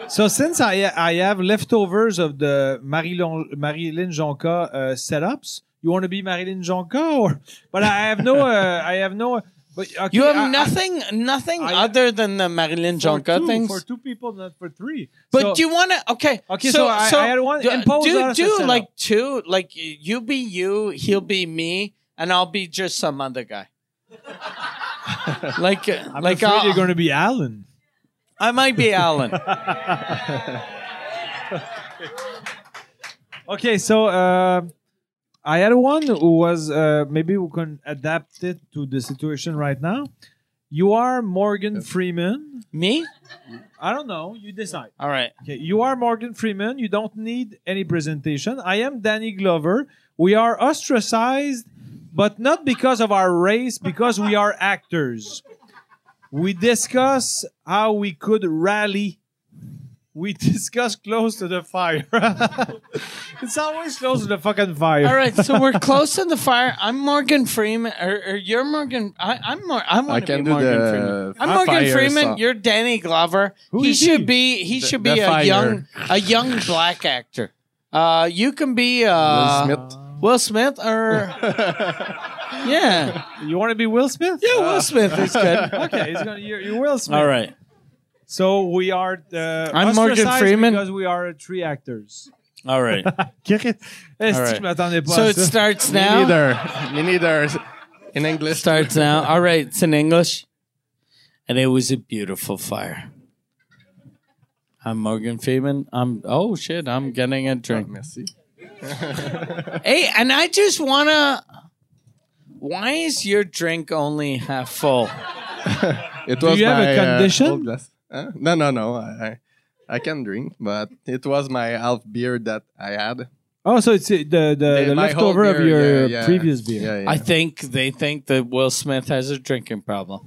Speaker 1: So since I I have leftovers of the Marilyn Marilyn Jonca uh, setups, you want to be Marilyn Jonca or? But I have no uh, I have no. But okay,
Speaker 2: You have
Speaker 1: I- I-
Speaker 2: nothing nothing
Speaker 1: I-
Speaker 2: other than the Marilyn
Speaker 1: for
Speaker 2: Jonka
Speaker 1: two-
Speaker 2: things.
Speaker 1: for two people, not for three.
Speaker 2: But
Speaker 1: So-
Speaker 2: do you want to? Okay.
Speaker 1: Okay, so I- I had one-
Speaker 2: Do,
Speaker 1: impose on
Speaker 2: do,
Speaker 1: us a
Speaker 2: do
Speaker 1: setup.
Speaker 2: like two. Like you be you, he'll be me, and I'll be just some other guy. like, uh,
Speaker 1: <laughs> I'm
Speaker 2: like
Speaker 1: afraid
Speaker 2: I'll-
Speaker 1: you're going to be Alan.
Speaker 2: I might be Alan.
Speaker 1: <laughs> Okay, so uh, I had one who was uh, maybe we can adapt it to the situation right now. You are Morgan Freeman.
Speaker 2: Me?
Speaker 1: I don't know. You decide.
Speaker 2: All right.
Speaker 1: Okay, you are Morgan Freeman. You don't need any presentation. I am Danny Glover. We are ostracized, but not because of our race, because we are actors. We discuss how we could rally. We discuss close to the fire. <laughs> it's always close to the fucking fire.
Speaker 2: All right. So we're close to the fire. I'm Morgan Freeman, or, or you're Morgan. I, I'm Mor- I
Speaker 4: I
Speaker 2: want to be
Speaker 4: can do
Speaker 2: Morgan
Speaker 4: the.
Speaker 2: Freeman. I'm
Speaker 4: fire
Speaker 2: Morgan Freeman.
Speaker 4: song.
Speaker 2: You're Danny Glover.
Speaker 1: Who
Speaker 2: he
Speaker 1: is
Speaker 2: should
Speaker 1: he?
Speaker 2: be. He should
Speaker 4: the
Speaker 2: be a
Speaker 4: fire.
Speaker 2: young, a young black actor. Uh, you can be <laughs> uh,
Speaker 4: Will Smith.
Speaker 2: Will Smith, or yeah,
Speaker 1: You want to be Will Smith?
Speaker 2: yeah, Will Smith is good.
Speaker 4: <laughs>
Speaker 1: Okay, he's gonna, you're, you're Will Smith.
Speaker 2: <laughs> All right.
Speaker 1: So we are. Uh,
Speaker 2: I'm Morgan
Speaker 1: ostracized
Speaker 2: Freeman.
Speaker 1: because we are three actors.
Speaker 2: All right.
Speaker 1: Est-ce que je
Speaker 2: right.
Speaker 1: m'attendais pas
Speaker 2: So
Speaker 1: à
Speaker 2: it
Speaker 1: ça?
Speaker 2: starts
Speaker 4: Me
Speaker 2: now.
Speaker 4: neither. Me neither. In English.
Speaker 2: Starts now. All right. It's in English. And it was a beautiful fire. I'm Morgan Freeman. I'm oh shit, I'm getting a drink.
Speaker 4: Merci.
Speaker 2: Hey, and I just wanna why is your drink only half full?
Speaker 4: It was
Speaker 1: you have a
Speaker 4: my, uh,
Speaker 1: condition?
Speaker 4: old glass. Huh? no, no, no. I, I I can drink, but it was my half beer that I had. Eh,
Speaker 1: Oh, so it's uh, the the, the
Speaker 4: my whole
Speaker 1: leftover of
Speaker 4: beer,
Speaker 1: your
Speaker 4: yeah, yeah.
Speaker 1: previous beer.
Speaker 4: Yeah, yeah.
Speaker 2: I think they think that Will Smith has a drinking problem.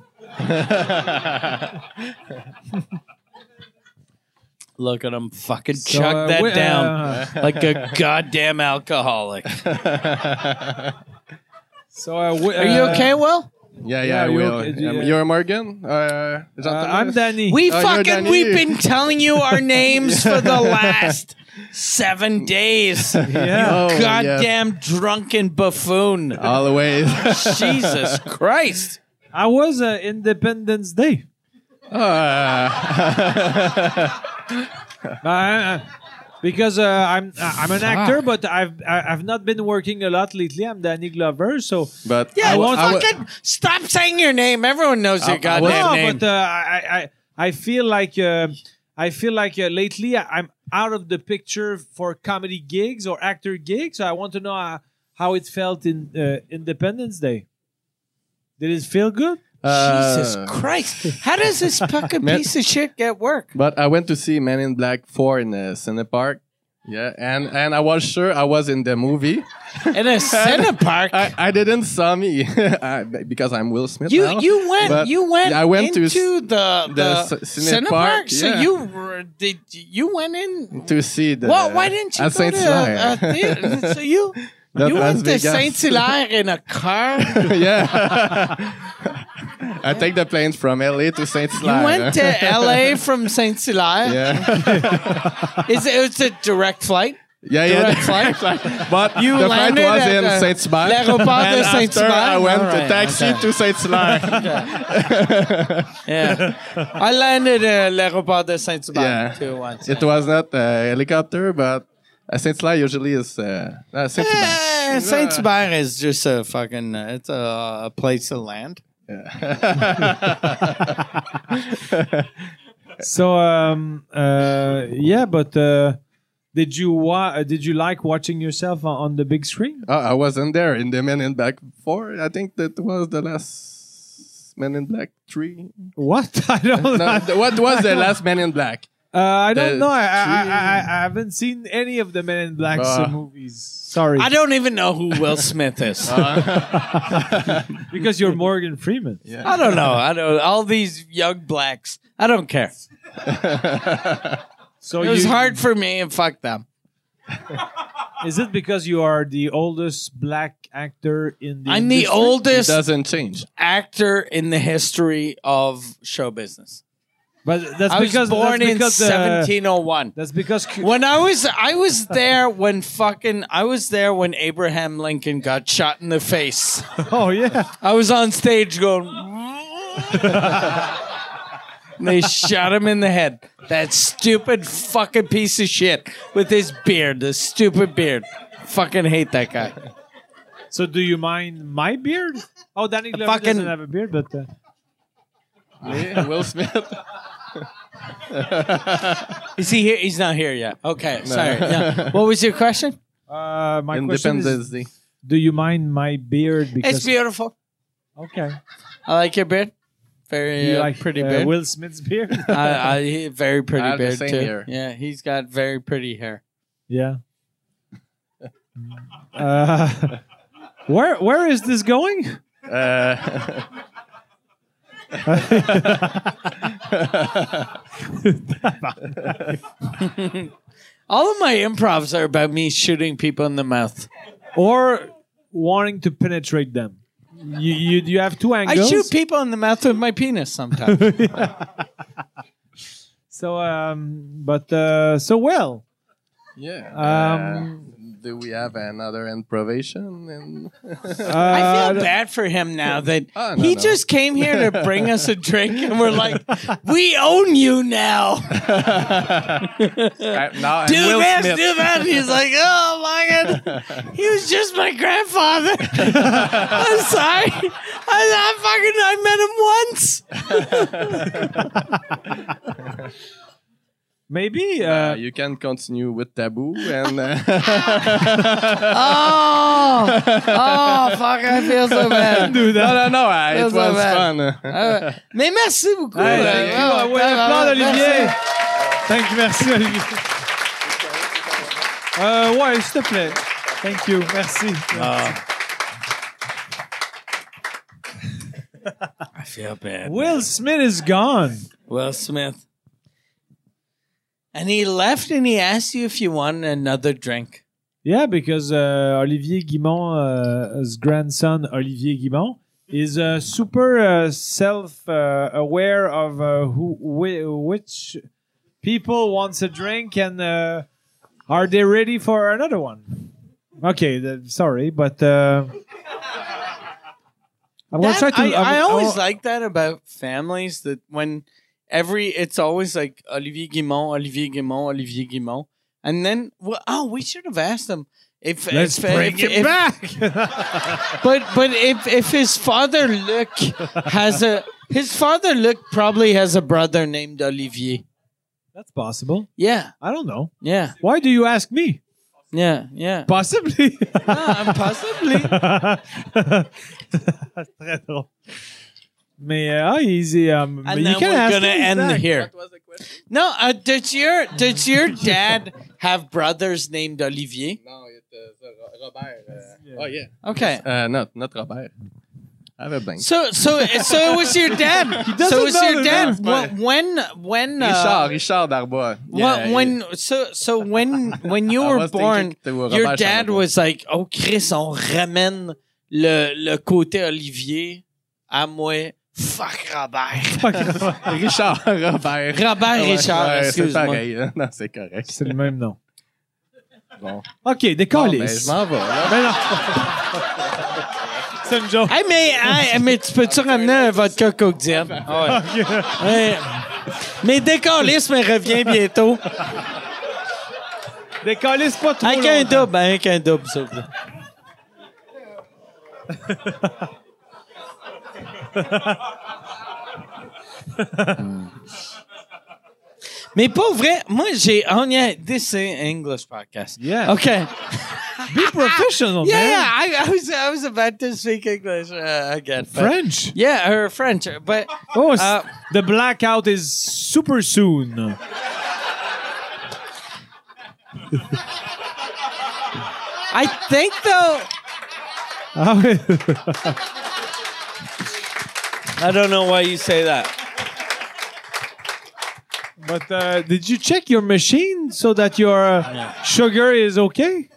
Speaker 2: Look at him fucking
Speaker 1: So,
Speaker 2: chuck
Speaker 1: uh,
Speaker 2: that
Speaker 1: we-
Speaker 2: down.
Speaker 4: <laughs>
Speaker 1: uh,
Speaker 2: like a goddamn alcoholic.
Speaker 1: so uh, we-
Speaker 2: Are you
Speaker 1: uh,
Speaker 2: okay, Will?
Speaker 4: <laughs> yeah, yeah,
Speaker 1: Yeah,
Speaker 4: I
Speaker 1: you
Speaker 4: will.
Speaker 1: okay?
Speaker 4: Um,
Speaker 1: Yeah.
Speaker 4: You're Morgan? Uh,
Speaker 1: Uh, I'm Danny.
Speaker 2: We
Speaker 4: Oh, you're
Speaker 2: fucking
Speaker 4: Danny.
Speaker 2: we've been telling you our names for the last seven days.
Speaker 1: yeah.
Speaker 4: <laughs> <laughs> Oh,
Speaker 2: Goddamn drunken buffoon.
Speaker 4: Always.
Speaker 2: Jesus Christ.
Speaker 1: I was uh, Independence Day. Uh, uh, because uh, I'm I- I'm an actor, but I've I- I've not been working a lot lately. I'm Danny Glover, so
Speaker 4: <laughs> but
Speaker 2: Yeah,
Speaker 4: I wa- I wa-
Speaker 2: fucking stop saying your name. Everyone knows your
Speaker 4: I
Speaker 2: goddamn
Speaker 4: was-
Speaker 1: no,
Speaker 2: name.
Speaker 4: <laughs>
Speaker 1: but uh, I, I I feel like uh, I feel like uh, lately I- I'm out of the picture for comedy gigs or actor gigs. So I want to know uh, how it felt in uh, Independence Day. Did it feel good?
Speaker 2: Jesus
Speaker 4: uh,
Speaker 2: Christ. How does
Speaker 1: <laughs>
Speaker 2: this fucking
Speaker 4: Man-
Speaker 2: piece of shit get work?
Speaker 4: But I went to see Men in Black 4 in the Cine Park. Yeah, and, and I was sure I was in the movie.
Speaker 2: In a cinema
Speaker 4: <laughs>
Speaker 2: park.
Speaker 4: I, I didn't saw me <laughs> I, because I'm Will Smith.
Speaker 2: You
Speaker 4: now.
Speaker 2: you went
Speaker 4: But
Speaker 2: you went
Speaker 4: I went
Speaker 2: into
Speaker 4: to s-
Speaker 2: the the,
Speaker 4: the c-
Speaker 2: Cinepark.
Speaker 4: Cinepark,
Speaker 2: So
Speaker 4: yeah.
Speaker 2: you were- did you went in.
Speaker 4: to see the.
Speaker 2: What? Why didn't you
Speaker 4: at
Speaker 2: go to a, a
Speaker 4: <laughs> Saint-Hilaire.
Speaker 2: theater? So you you went
Speaker 4: Las
Speaker 2: to
Speaker 4: Vegas. <laughs>
Speaker 2: Saint Hilaire in a car. you <laughs>
Speaker 4: yeah. I take the planes from LA to Saint Slav.
Speaker 2: went to L.A. from Saint Hilaire.
Speaker 4: <laughs> yeah.
Speaker 2: Is it, it's a direct flight? <laughs>
Speaker 4: Yeah,
Speaker 2: Direct
Speaker 4: yeah.
Speaker 2: flight.
Speaker 4: But
Speaker 2: You
Speaker 4: the flight
Speaker 2: landed
Speaker 4: was
Speaker 2: at
Speaker 4: in
Speaker 2: the-
Speaker 4: Saint Slav.
Speaker 2: L'aéroport de Saint Hilaire.
Speaker 4: I went
Speaker 2: All
Speaker 4: to
Speaker 2: right,
Speaker 4: taxi
Speaker 2: okay.
Speaker 4: to Saint
Speaker 2: <laughs>
Speaker 4: Slav.
Speaker 2: Yeah, I landed at l'aéroport de Saint Hilaire
Speaker 4: Yeah.
Speaker 2: too once.
Speaker 4: it was not a helicopter, but uh, Saint Slav usually is uh, uh, Saint
Speaker 2: <laughs>
Speaker 4: Slav. <laughs>
Speaker 2: Eh, Saint Hubert is just a fucking. uh, It's a, a place to land.
Speaker 1: So um uh yeah, but uh, did you wa- uh, did you like watching yourself uh, on, on the big screen?
Speaker 4: Oh, I wasn't there in the Men in Black Four. I think that was the last Men in Black Three.
Speaker 1: What <laughs> I don't
Speaker 4: No, th- what was the last Men in Black?
Speaker 1: uh, I don't
Speaker 4: the
Speaker 1: know. I, I, I,
Speaker 4: three-
Speaker 1: I, I haven't seen any of the Men in Black
Speaker 4: Uh.
Speaker 1: movies. Sorry,
Speaker 2: I don't even know who
Speaker 4: <laughs>
Speaker 2: Will Smith is.
Speaker 4: Uh,
Speaker 1: because you're Morgan Freeman.
Speaker 2: I don't know. I don't. All these young blacks. I don't care.
Speaker 1: So
Speaker 2: It was
Speaker 1: you,
Speaker 2: hard for me, and fuck them.
Speaker 1: Is it because you are the oldest black actor in the?
Speaker 2: I'm the
Speaker 1: industry?
Speaker 4: It
Speaker 2: oldest
Speaker 4: doesn't change.
Speaker 2: actor in the history of show business.
Speaker 1: But that's
Speaker 2: I was
Speaker 1: because
Speaker 2: born
Speaker 1: that's
Speaker 2: in
Speaker 1: because uh, the-
Speaker 2: 1701.
Speaker 1: That's because cu-
Speaker 2: When I was, I was there when fucking, I was there when Abraham Lincoln got shot in the face.
Speaker 1: oh yeah,
Speaker 2: I was on stage going. And they shot him in the head. That stupid fucking piece of shit with his beard, the stupid beard. Fucking hate that guy.
Speaker 1: So do you mind my beard? Oh, Danny Glover
Speaker 2: fucking-
Speaker 1: doesn't have a beard, but uh,
Speaker 4: <laughs> Will Smith.
Speaker 2: Is he here? He's not here yet. Okay, sorry. Yeah. What was your question?
Speaker 1: uh, my question is
Speaker 4: Independence Day.
Speaker 1: Do you mind my beard?
Speaker 2: It's
Speaker 1: Because
Speaker 4: <laughs>
Speaker 2: beautiful.
Speaker 1: okay,
Speaker 2: I like your beard. Very
Speaker 1: you
Speaker 2: uh,
Speaker 1: like
Speaker 2: pretty
Speaker 1: uh,
Speaker 2: beard.
Speaker 1: Will Smith's beard? <laughs>
Speaker 2: I, I he- very pretty
Speaker 4: I have the
Speaker 2: beard
Speaker 4: same
Speaker 2: too.
Speaker 4: hair.
Speaker 2: Yeah, he's got very pretty hair.
Speaker 1: yeah. Uh, <laughs> where where is this going?
Speaker 4: Uh,
Speaker 2: All of my improvs are about me shooting people in the mouth.
Speaker 1: or wanting to penetrate them. You you, you have two
Speaker 2: I
Speaker 1: angles.
Speaker 2: shoot people in the mouth with my penis <laughs> sometimes.
Speaker 1: so um, but uh, so well.
Speaker 4: yeah.
Speaker 1: Um,
Speaker 4: Uh, do we have another improvisation? And
Speaker 2: <laughs> I
Speaker 4: <laughs>
Speaker 1: Uh,
Speaker 2: feel bad for him now that
Speaker 4: Oh, no,
Speaker 2: he
Speaker 4: no.
Speaker 2: just came here to bring us a drink, and we're like, "We own you
Speaker 4: <laughs>
Speaker 2: now,
Speaker 4: I, now I'm
Speaker 2: do
Speaker 4: Will
Speaker 2: this,
Speaker 4: Smith.
Speaker 2: do that." And he's like, "Oh
Speaker 4: <laughs>
Speaker 2: my god, he was just my grandfather." <laughs>
Speaker 4: <laughs>
Speaker 2: I'm sorry, I, I fucking I met him once.
Speaker 1: Maybe
Speaker 2: <laughs>
Speaker 4: Uh,
Speaker 1: uh,
Speaker 4: you can continue with taboo and uh,
Speaker 2: Oh, oh, fuck! I feel so
Speaker 4: <laughs>
Speaker 2: bad.
Speaker 1: do that.
Speaker 4: no, no, I, it
Speaker 2: That's
Speaker 4: was
Speaker 2: not bad.
Speaker 4: <laughs> fun.
Speaker 2: Euh, mais merci beaucoup.
Speaker 1: Hey, thank
Speaker 2: Euh,
Speaker 1: you.
Speaker 2: ouais,
Speaker 1: Ah ouais,
Speaker 2: ouais,
Speaker 1: un plan
Speaker 2: ouais,
Speaker 1: d'Olivier.
Speaker 2: merci.
Speaker 1: Thank you, merci Olivier. Euh, ouais, s'il te plaît. Thank you, merci.
Speaker 2: I feel bad.
Speaker 1: Will Smith is gone.
Speaker 2: Will Smith. And he left and he asked you if you want another drink.
Speaker 1: Yeah, because uh, Olivier Guimont, uh, his grandson Olivier Guimont, is uh, super uh, self-aware of uh, who, whi which people wants a drink and uh, are they ready for another one. Okay, th- sorry, but uh, I'm gonna
Speaker 2: That-
Speaker 1: try to.
Speaker 2: I,
Speaker 1: I'm- oh,
Speaker 2: I always
Speaker 1: I'll-
Speaker 2: like that about families that when every, it's always like Olivier Guimont, Olivier Guimont, Olivier Guimont. And then, well, oh, we should have asked him. If,
Speaker 1: Let's
Speaker 2: if,
Speaker 1: bring
Speaker 2: if,
Speaker 1: it
Speaker 2: if-
Speaker 1: back. <laughs>
Speaker 2: But but if, if his father Luc has a his father Luc probably has a brother named Olivier.
Speaker 1: That's possible.
Speaker 2: Yeah,
Speaker 1: I don't know.
Speaker 2: yeah,
Speaker 1: Why do you ask me?
Speaker 2: yeah, yeah.
Speaker 1: Possibly. <laughs>
Speaker 2: Ah, possibly.
Speaker 1: Très drôle. Mais ah, easy. Um,
Speaker 2: And
Speaker 1: mais you
Speaker 2: then
Speaker 1: can
Speaker 2: we're
Speaker 1: ask
Speaker 2: gonna
Speaker 1: him
Speaker 2: end
Speaker 1: back.
Speaker 2: here.
Speaker 4: was the question?
Speaker 2: No, uh, did your did your dad have brothers named Olivier?
Speaker 4: No, it is uh, Robert.
Speaker 1: Yeah.
Speaker 4: Oh, yeah.
Speaker 2: Okay.
Speaker 4: Uh, not, not Robert. Ah, ben, I have a blank.
Speaker 2: So so so it was your dad. so it was
Speaker 1: know the
Speaker 2: your dad.
Speaker 4: last part.
Speaker 2: Wh- When when uh,
Speaker 4: Richard, Richard Darbois.
Speaker 2: wh- when so so when when you
Speaker 4: I
Speaker 2: were
Speaker 4: was
Speaker 2: born,
Speaker 4: thinking it was
Speaker 2: your
Speaker 4: Robert
Speaker 2: dad
Speaker 4: Charlebois.
Speaker 2: was like, "Oh Chris, on ramène le le côté Olivier à moi." Fuck Robert.
Speaker 4: Richard <laughs> Robert.
Speaker 2: Robert
Speaker 4: Ouais,
Speaker 2: Richard,
Speaker 4: ouais, c'est
Speaker 2: excuse-moi.
Speaker 4: pareil. hein. Non, c'est correct.
Speaker 1: C'est le même nom.
Speaker 4: Bon.
Speaker 1: Ok,
Speaker 4: Bon,
Speaker 1: décolle.
Speaker 4: ben, je m'en vais. là.
Speaker 1: Mais non. C'est une joke.
Speaker 2: Hey, mais, hey, mais tu peux-tu ramener un vodka Coke Diet? Ah ouais. Ouais. Mais décalisse, mais revient bientôt.
Speaker 1: Décolle, c'est pas trop.
Speaker 2: Avec un
Speaker 1: longtemps.
Speaker 2: double, avec un double, s'il vous plaît. Hmm. Mais pour vrai, moi j'ai on yeah, this is English podcast.
Speaker 1: Yeah.
Speaker 2: Okay.
Speaker 1: Be professional,
Speaker 2: Yeah, Ah!
Speaker 1: man.
Speaker 2: yeah, I, I was I was about to speak English uh, again. but-
Speaker 1: French.
Speaker 2: Yeah, her French, but
Speaker 1: Oh, s-
Speaker 2: Uh,
Speaker 1: the blackout is super soon.
Speaker 2: I think though
Speaker 1: Ah oui.
Speaker 2: I don't know why you say that.
Speaker 1: But uh, did you check your machine so that your uh, sugar is okay?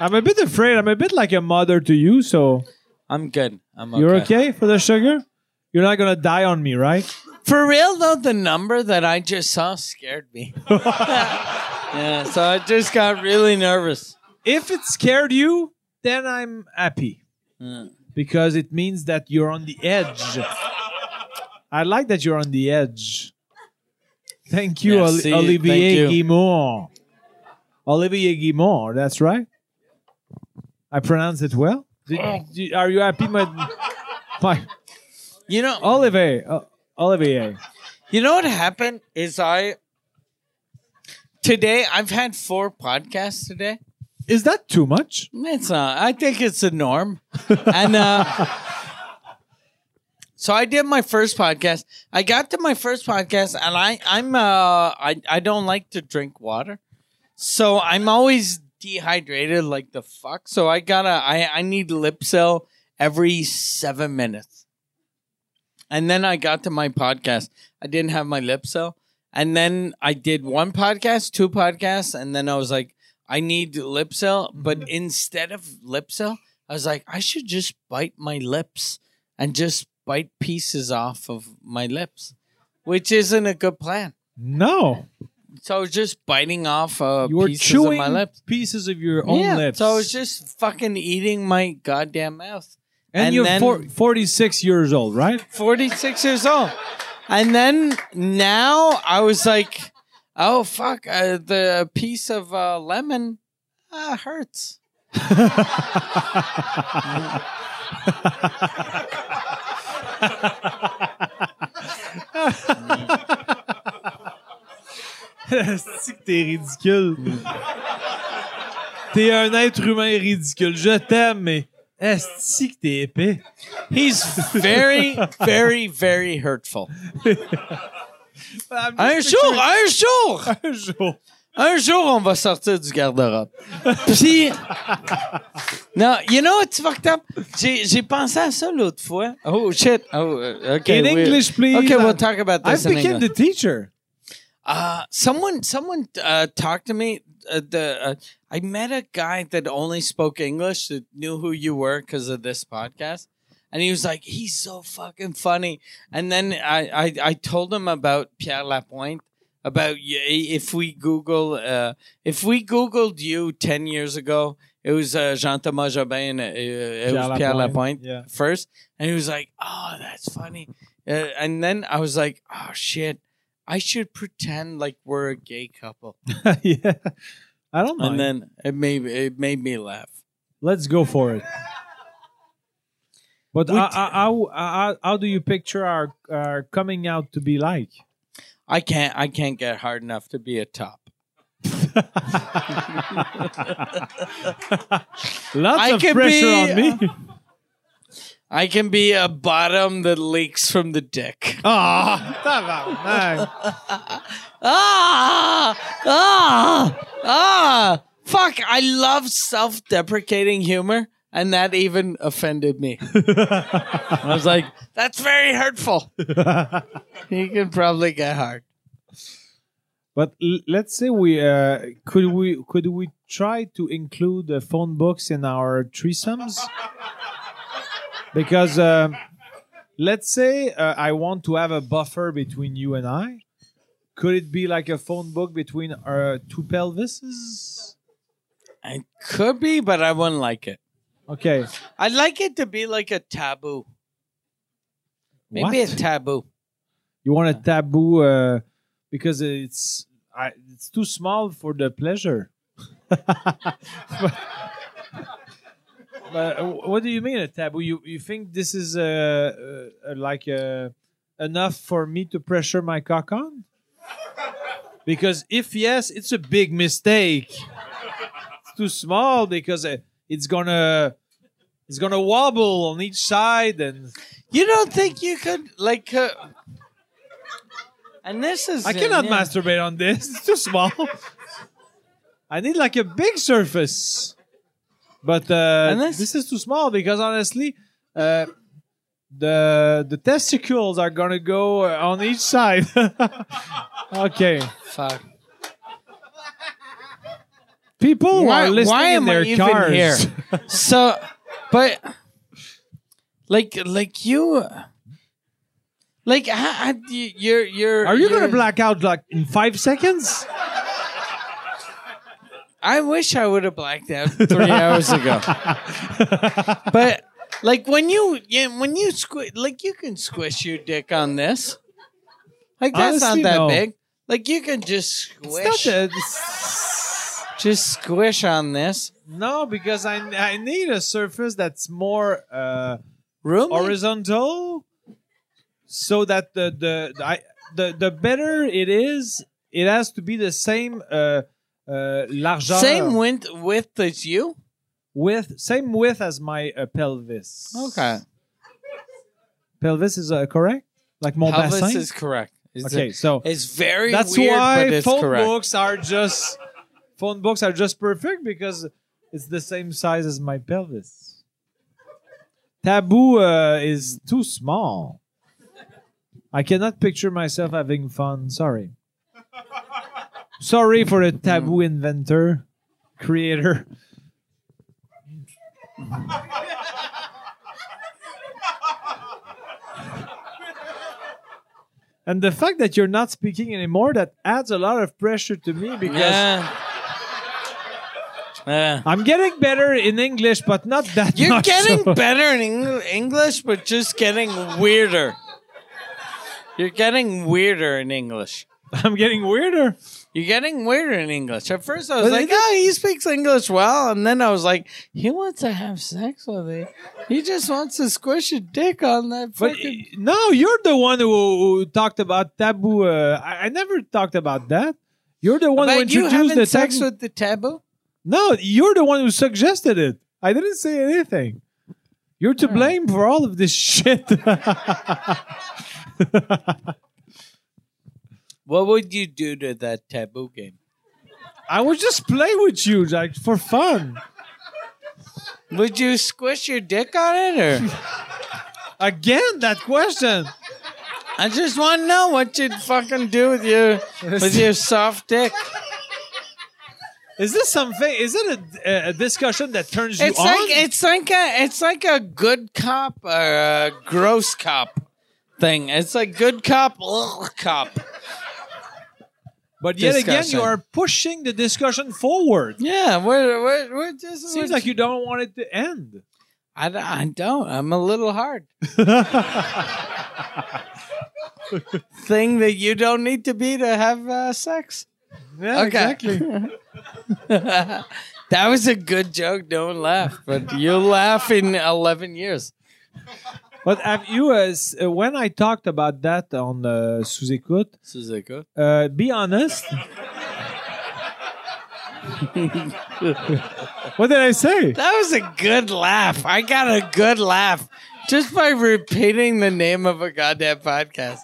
Speaker 1: I'm a bit afraid. I'm a bit like a mother to you, so
Speaker 2: I'm good. I'm okay.
Speaker 1: you're okay for the sugar. You're not gonna die on me, right?
Speaker 2: For real though, the number that I just saw scared
Speaker 1: <laughs>
Speaker 2: me. yeah, so I just got really nervous.
Speaker 1: If it scared you, then I'm happy
Speaker 2: Hmm.
Speaker 1: because it means that you're on the edge. I like that you're on the edge. Thank you, Oli-
Speaker 2: Merci,
Speaker 1: Olivier
Speaker 2: thank you.
Speaker 1: Guimond. Olivier Guimond, that's right. I pronounce it well. Did, did- are you happy, my, my
Speaker 2: You know,
Speaker 1: Olivier? uh, Olivier.
Speaker 2: you know what happened is I today I've had four podcasts today,
Speaker 1: Is that too much?
Speaker 2: It's not. I think it's the norm. and uh, so I did my first podcast. I got to my first podcast, and I I'm uh I I don't like to drink water, so I'm always dehydrated like the fuck. So I gotta I I need lip cell every seven minutes. And then I got to my podcast. I didn't have my lip cell. And then I did one podcast, two podcasts, and then I was like, I need lip cell.
Speaker 1: <laughs>
Speaker 2: But instead of lip cell, I was like, I should just bite my lips and just bite pieces off of my lips, which isn't a good plan.
Speaker 1: No.
Speaker 2: So I was just biting off uh,
Speaker 1: You were
Speaker 2: pieces
Speaker 1: chewing
Speaker 2: of my lips.
Speaker 1: pieces of your own
Speaker 2: yeah,
Speaker 1: lips.
Speaker 2: So I was just fucking eating my goddamn mouth.
Speaker 1: and,
Speaker 2: and
Speaker 1: you're
Speaker 2: then-
Speaker 1: four- 46 years old, right?
Speaker 2: 46 years old. And then now I was like, oh, fuck, uh, the piece of uh, lemon uh, hurts.
Speaker 1: Asti que t'es ridicule. t'es un être humain ridicule. Je t'aime, mais esti que t'es épais.
Speaker 2: He's very, very,
Speaker 1: <laughs>
Speaker 2: very hurtful. Un jour, un jour,
Speaker 1: Un jour.
Speaker 2: un jour, on va sortir du garde-robe. Puis, non, you know what's fucked up? J'ai j'ai pensé à ça l'autre fois. Oh, shit. Oh, uh, okay.
Speaker 1: In
Speaker 2: we-
Speaker 1: English, please.
Speaker 2: Okay, we'll talk about
Speaker 1: I
Speaker 2: this in
Speaker 1: became
Speaker 2: English.
Speaker 1: the teacher.
Speaker 2: Uh, someone, someone uh, talked to me. Uh, the uh, I met a guy that only spoke English that knew who you were because of this podcast, and he was like, "He's so fucking funny." And then I, I, I told him about Pierre Lapointe, about y- if we Google, uh, if we Googled you ten years ago, it was uh, Jean Thomas Jobin, uh, it was Pierre Lapointe
Speaker 1: Yeah.
Speaker 2: first, and he was like, "Oh, that's funny," uh, and then I was like, "Oh shit." I should pretend like we're a gay couple,
Speaker 1: <laughs> yeah. I don't
Speaker 2: and
Speaker 1: mind.
Speaker 2: then it made it made me laugh.
Speaker 1: Let's go for it. But
Speaker 2: We-
Speaker 1: how- how- how, how, how do you picture our, our coming out to be like?
Speaker 2: I can't I can't get hard enough to be a top.
Speaker 1: Lots
Speaker 2: I
Speaker 1: of
Speaker 2: could
Speaker 1: pressure
Speaker 2: be-
Speaker 1: on me.
Speaker 2: I can be a bottom that leaks from the dick. <laughs>
Speaker 1: Ah, tabarnak.
Speaker 2: Ah ah ah! Fuck! I love self-deprecating humor, and that even offended me. I was like, "That's very hurtful." you can probably get hard.
Speaker 1: But l- let's say we uh, could we could we try to include a phone books in our threesomes? <laughs> because um let's say uh, I want to have a buffer between you and I. Could it be like a phone book between our two pelvises?
Speaker 2: It could be, but I wouldn't like it.
Speaker 1: Okay.
Speaker 2: I'd like it to be like a taboo. Maybe
Speaker 1: What?
Speaker 2: a taboo.
Speaker 1: You want a taboo uh, because it's I, it's too small for the pleasure. <laughs> but, but uh, what do you mean a taboo? You you think this is uh, uh, like uh, enough for me to pressure my cock on? Because if yes, it's a big mistake. It's too small because uh, it's gonna it's gonna wobble on each side and
Speaker 2: You don't think you could like? Uh, and this is
Speaker 1: I cannot
Speaker 2: yeah.
Speaker 1: masturbate on this. It's too small. I need like a big surface. But uh,
Speaker 2: Unless-
Speaker 1: this is too small because honestly, uh, the the testicles are gonna go uh, on each side. <laughs> okay,
Speaker 2: Fuck.
Speaker 1: people
Speaker 2: Why-
Speaker 1: are listening
Speaker 2: why
Speaker 1: in
Speaker 2: am I
Speaker 1: their
Speaker 2: even
Speaker 1: cars.
Speaker 2: here? So, but like, like you, like I, I, you- you're, you're.
Speaker 1: Are you
Speaker 2: you're-
Speaker 1: gonna black out like in five seconds?
Speaker 2: I wish I would have blacked
Speaker 1: <laughs>
Speaker 2: out three hours ago. But like when you yeah, when you squish like you can squish your dick on this. Like that's
Speaker 1: Honestly,
Speaker 2: not that
Speaker 1: no.
Speaker 2: big. Like you can just squish
Speaker 1: It's not a- it's-
Speaker 2: just squish on this.
Speaker 1: no, because I I need a surface that's more. Uh,
Speaker 2: Room
Speaker 1: horizontal so that the the the, I, the the better it is it has to be the same uh euh, largeur.
Speaker 2: Same width, width as you?
Speaker 1: width, same width as my uh, pelvis.
Speaker 2: Okay.
Speaker 1: Pelvis is uh, correct? Like mon
Speaker 2: Pelvis
Speaker 1: bassin?
Speaker 2: is correct. It's,
Speaker 1: okay, so
Speaker 2: it's very
Speaker 1: that's
Speaker 2: weird, but
Speaker 1: why
Speaker 2: it's
Speaker 1: phone
Speaker 2: correct.
Speaker 1: books are just phone books are just perfect because it's the same size as my pelvis. Taboo uh, is too small. I cannot picture myself having fun. Sorry. Sorry for the taboo
Speaker 2: Mm.
Speaker 1: inventor, creator. And the fact that you're not speaking anymore that adds a lot of pressure to me because
Speaker 2: Yeah. <laughs> Yeah.
Speaker 1: I'm getting better in English, but not that
Speaker 2: You're
Speaker 1: much.
Speaker 2: getting
Speaker 1: <laughs> so-
Speaker 2: better in Eng- English, but just getting weirder. You're getting weirder in English.
Speaker 1: I'm getting weirder.
Speaker 2: You're getting weirder in English. At first, I was
Speaker 1: But
Speaker 2: like,
Speaker 1: it-
Speaker 2: "Oh, he speaks English well," and then I was like, "He wants to have sex with me. He just wants to squish a dick on that
Speaker 1: But
Speaker 2: fucking."
Speaker 1: no, you're the one who, who talked about taboo. Uh, I, I never talked about that. You're the one who
Speaker 2: But you
Speaker 1: introduced
Speaker 2: having
Speaker 1: the
Speaker 2: sex
Speaker 1: taboo.
Speaker 2: with the taboo?
Speaker 1: no, you're the one who suggested it. I didn't say anything. You're
Speaker 2: Hmm.
Speaker 1: to blame for all of this <laughs> shit.
Speaker 2: What would you do to that taboo game?
Speaker 1: I would just play with you, like for fun.
Speaker 2: Would you squish your dick on it, or
Speaker 1: Again, that question.
Speaker 2: I just want to know what you'd fucking do with your with your soft dick.
Speaker 1: Is this something? Is it a, a discussion that turns you
Speaker 2: It's
Speaker 1: on?
Speaker 2: like it's like a it's like a good cop or a gross cop thing. It's like good cop, ugh, cop.
Speaker 1: but yet again,
Speaker 2: discussion.
Speaker 1: you are pushing the discussion forward.
Speaker 2: Yeah, we're we're, we're just
Speaker 1: Seems
Speaker 2: we're-
Speaker 1: like you don't want it to end.
Speaker 2: I, don't- I don't. I'm a little hard. <laughs> thing that you don't need to be to have uh, sex. <laughs>
Speaker 1: Yeah,
Speaker 2: that was a good joke. Don't laugh, but you laugh in eleven years.
Speaker 1: But have you, uh, s- uh, when I talked about that on uh, sous écoute,
Speaker 2: Suzuka.
Speaker 1: uh, be honest. what did I say?
Speaker 2: That was a good laugh. I got a good laugh just by repeating the name of a goddamn podcast.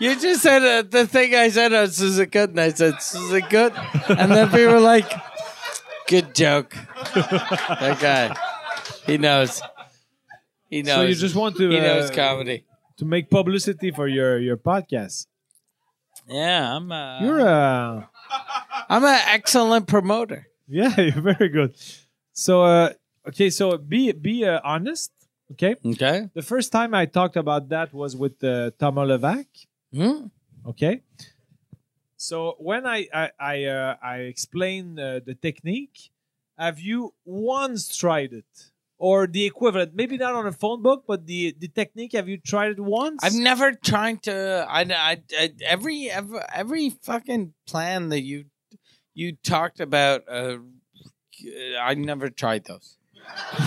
Speaker 2: You just said uh, the thing I said on Suzuka, and I said Suzuka, and then people were like, "Good joke." that guy, he knows. He knows.
Speaker 1: So you just want to
Speaker 2: he
Speaker 1: uh,
Speaker 2: knows comedy.
Speaker 1: to make publicity for your your podcast.
Speaker 2: Uh-huh. Yeah, I'm. A,
Speaker 1: You're uh
Speaker 2: I'm an excellent promoter.
Speaker 1: yeah, <laughs> you're very good. So uh okay, so be be uh, honest, okay?
Speaker 2: Okay.
Speaker 1: The first time I talked about that was with uh, Thomas Levac.
Speaker 2: Hmm?
Speaker 1: Okay. So when I I I, uh, I explain uh, the technique, have you once tried it or the equivalent? Maybe not on a phone book, but the the technique. Have you tried it once?
Speaker 2: I've never tried to. I, I, I every, every every fucking plan that you you talked about. Uh, I never tried those.
Speaker 1: <laughs>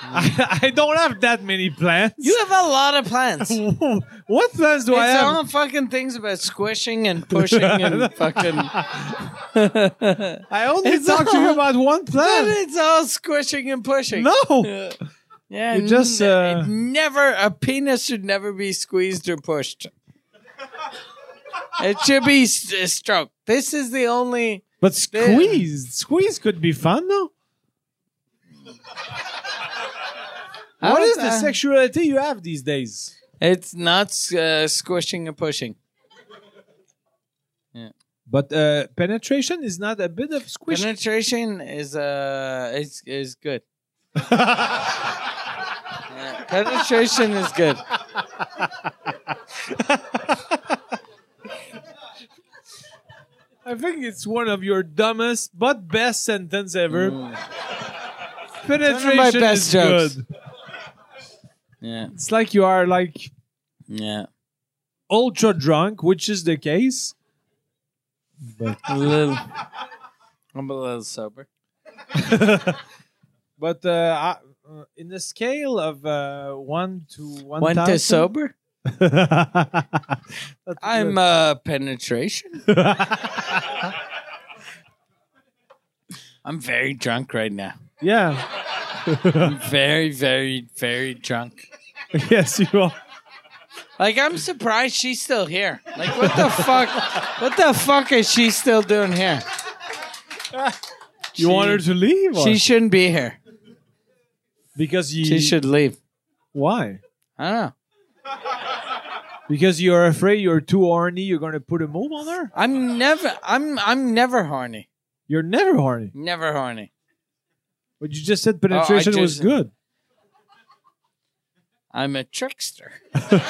Speaker 1: I, I don't have that many plans.
Speaker 2: You have a lot of plans. it's
Speaker 1: <laughs> what plans do I have?
Speaker 2: all fucking things about squishing and
Speaker 1: <laughs>
Speaker 2: pushing and fucking. but
Speaker 1: I only
Speaker 2: It's um,
Speaker 1: talked to you
Speaker 2: all-
Speaker 1: about
Speaker 2: <laughs>
Speaker 1: one plan.
Speaker 2: it's all squishing and pushing. <laughs>
Speaker 1: No,
Speaker 2: Uh, yeah,
Speaker 1: You just,
Speaker 2: n-
Speaker 1: uh,
Speaker 2: it never a penis should never be squeezed or pushed.
Speaker 1: <laughs>
Speaker 2: it should be s- uh, stroked. This is the only.
Speaker 1: but squeeze, squeeze could be fun though. What is the
Speaker 2: Uh,
Speaker 1: sexuality you have these days?
Speaker 2: It's not uh, squishing and pushing.
Speaker 1: But uh, penetration is not a bit of squish.
Speaker 2: Penetration is uh is is good. Yeah, penetration is good.
Speaker 1: I think it's one of your dumbest but best sentence ever. Penetration
Speaker 2: One of my best
Speaker 1: is
Speaker 2: jokes.
Speaker 1: good.
Speaker 2: Yeah,
Speaker 1: It's like you are like
Speaker 2: yeah.
Speaker 1: ultra drunk, which is the case.
Speaker 2: A little. I'm a little sober.
Speaker 1: But uh, I, uh, in the scale of uh, one to one,
Speaker 2: Went to
Speaker 1: thousand-
Speaker 2: sober.
Speaker 1: That's
Speaker 2: I'm uh penetration. I'm very drunk right now.
Speaker 1: <laughs> Yeah.
Speaker 2: I'm very, very, very drunk.
Speaker 1: yes, you are.
Speaker 2: Like I'm surprised she's still here. Like what the fuck? What the fuck is she still doing here?
Speaker 1: You want her to leave? or-
Speaker 2: She shouldn't be here.
Speaker 1: because you.
Speaker 2: She should leave.
Speaker 1: Why?
Speaker 2: I don't know.
Speaker 1: Because you're afraid you're too horny. You're gonna put a move on her.
Speaker 2: I'm never. I'm. I'm never horny.
Speaker 1: You're never horny.
Speaker 2: Never horny.
Speaker 1: But you just said penetration was
Speaker 2: Oh, just-
Speaker 1: good.
Speaker 2: I'm a trickster. <laughs>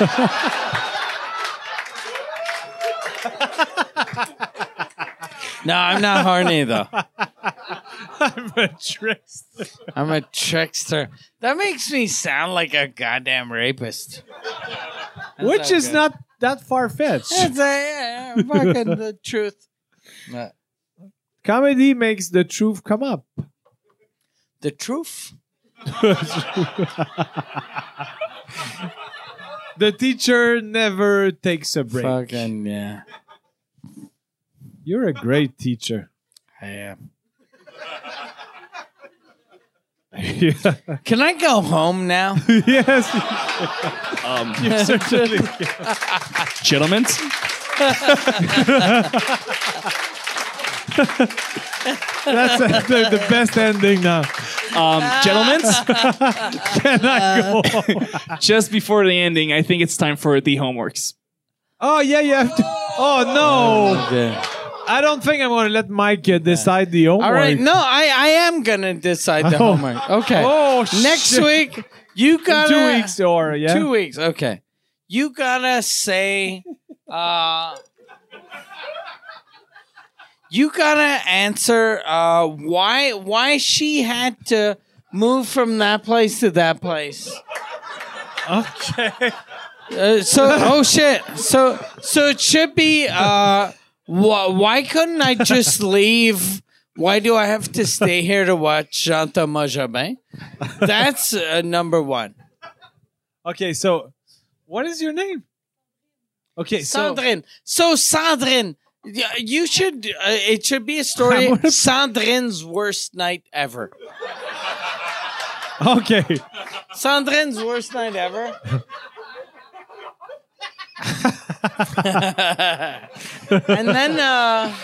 Speaker 2: no, I'm not horny though.
Speaker 1: I'm a trickster.
Speaker 2: I'm a trickster. That makes me sound like a goddamn rapist.
Speaker 1: Which
Speaker 2: not
Speaker 1: is
Speaker 2: good.
Speaker 1: not that far fetched.
Speaker 2: That's a, yeah, fucking the truth. Uh,
Speaker 1: Comedy makes the truth come up.
Speaker 2: the truth.
Speaker 1: The teacher never takes a break.
Speaker 2: Fucking yeah.
Speaker 1: You're a great teacher. <laughs>
Speaker 2: I am.
Speaker 1: Yeah. <laughs>
Speaker 2: Can I go home now?
Speaker 1: yes.
Speaker 3: Um,
Speaker 1: you certainly.
Speaker 3: gentlemen,
Speaker 1: That's uh, the, the best ending now.
Speaker 3: um, gentlemen,
Speaker 1: Can I go? home?
Speaker 3: <laughs> just before the ending, I think it's time for the homeworks.
Speaker 1: oh yeah, you have to. Oh
Speaker 2: <laughs> Yeah.
Speaker 1: no, I don't think I'm gonna let Mike uh, decide the homework.
Speaker 2: All right. No, I, I am gonna decide the
Speaker 1: Oh.
Speaker 2: homework. Okay.
Speaker 1: Oh, <laughs>
Speaker 2: Next
Speaker 1: shit.
Speaker 2: week you
Speaker 1: In
Speaker 2: gotta
Speaker 1: two weeks or yeah.
Speaker 2: Two weeks. Okay. You gotta say. Uh, you gotta answer uh, why why she had to move from that place to that place.
Speaker 1: Okay. <laughs>
Speaker 2: Uh, so oh shit. So so it should be. Uh, wh- why couldn't I just leave? Why do I have to stay here to watch Jean-Thomas Jobin? That's uh, number one.
Speaker 1: Okay. So, what is your name? Okay. So
Speaker 2: Sandrine. So, Sandrine, y- you should. Uh, it should be a story.
Speaker 1: I'm gonna-
Speaker 2: Sandrine's worst night ever.
Speaker 1: okay.
Speaker 2: Sandrine's worst night ever. <laughs> and then uh,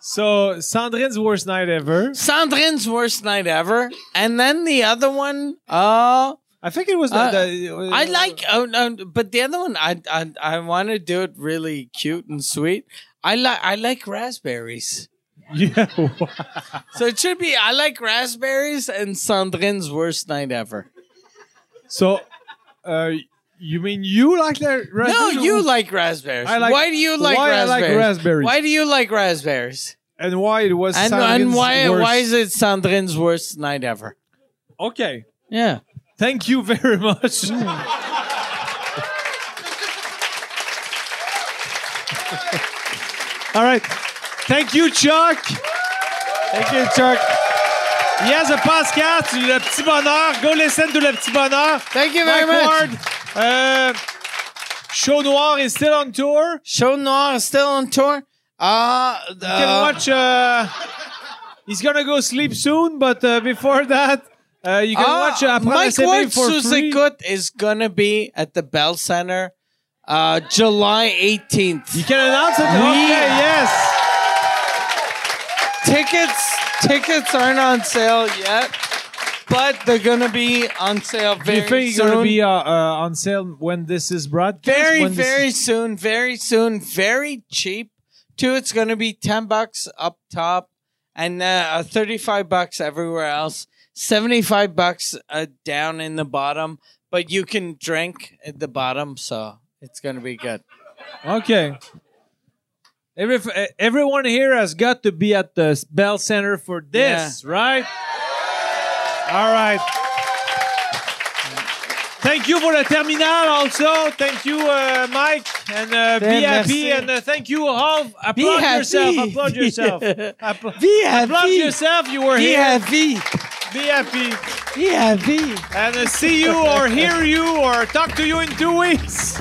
Speaker 1: So Sandrine's worst night ever.
Speaker 2: Sandrine's worst night ever. And then the other one. Uh,
Speaker 1: I think it was. the-
Speaker 2: Uh,
Speaker 1: the- uh,
Speaker 2: I like. Oh no! But the other one, I I, I want to do it really cute and sweet. I like I like raspberries.
Speaker 1: <laughs> Yeah.
Speaker 2: So it should be I like raspberries and Sandrine's worst night
Speaker 1: <laughs>
Speaker 2: ever.
Speaker 1: so, uh, you mean you like that?
Speaker 2: No, you like raspberries.
Speaker 1: I like-
Speaker 2: why do you like
Speaker 1: why I
Speaker 2: raspberries?
Speaker 1: like raspberries.
Speaker 2: Why do you like raspberries?
Speaker 1: and why it was
Speaker 2: And,
Speaker 1: Sandrine's
Speaker 2: and why
Speaker 1: worst.
Speaker 2: why is it Sandrine's worst night ever?
Speaker 1: Okay.
Speaker 2: Yeah.
Speaker 1: Thank you very
Speaker 2: <laughs>
Speaker 1: much. All right. Thank you, Chuck. Thank you, Chuck. Yes, a Pascal, tu le petit bonheur. Go listen to le petit bonheur.
Speaker 2: Thank you very
Speaker 1: Mike
Speaker 2: much.
Speaker 1: Ward. Euh, Show Noir is still on tour.
Speaker 2: Show Noir is still on tour. Uh,
Speaker 1: You can watch. Uh, he's gonna go sleep soon, but uh, before that, uh, you can watch uh, Apprendre à
Speaker 2: Ah, Mike
Speaker 1: s'aimer
Speaker 2: Ward
Speaker 1: for free.
Speaker 2: Suzekut is gonna be at the Bell Center uh, July
Speaker 1: You
Speaker 2: 18th.
Speaker 1: can announce it. Okay, yes.
Speaker 2: Tickets tickets aren't on sale yet, but they're gonna be on sale
Speaker 1: Do
Speaker 2: very
Speaker 1: you think it's
Speaker 2: soon.
Speaker 1: gonna be uh, uh, on sale when this is broadcast?
Speaker 2: very
Speaker 1: When this-
Speaker 2: very soon, very soon, very cheap. Too, it's gonna be ten bucks up top, and uh, uh, thirty-five bucks everywhere else. Seventy-five bucks uh, down in the bottom, but you can drink at the bottom, so it's gonna be good.
Speaker 1: Okay. Every, eh, everyone here has got to be at the Bell Center for this, right? All right. Thank you for the terminal also. Thank you, uh, Mike. And uh, be happy.
Speaker 2: merci.
Speaker 1: And uh, thank you all. Applaud
Speaker 2: happy.
Speaker 1: yourself. Applaud yourself. Appla-
Speaker 2: Be
Speaker 1: Applaud
Speaker 2: happy.
Speaker 1: yourself. You were
Speaker 2: Be
Speaker 1: here.
Speaker 2: happy.
Speaker 1: Be happy.
Speaker 2: Be happy.
Speaker 1: And uh, see you or hear you or talk to you in two weeks.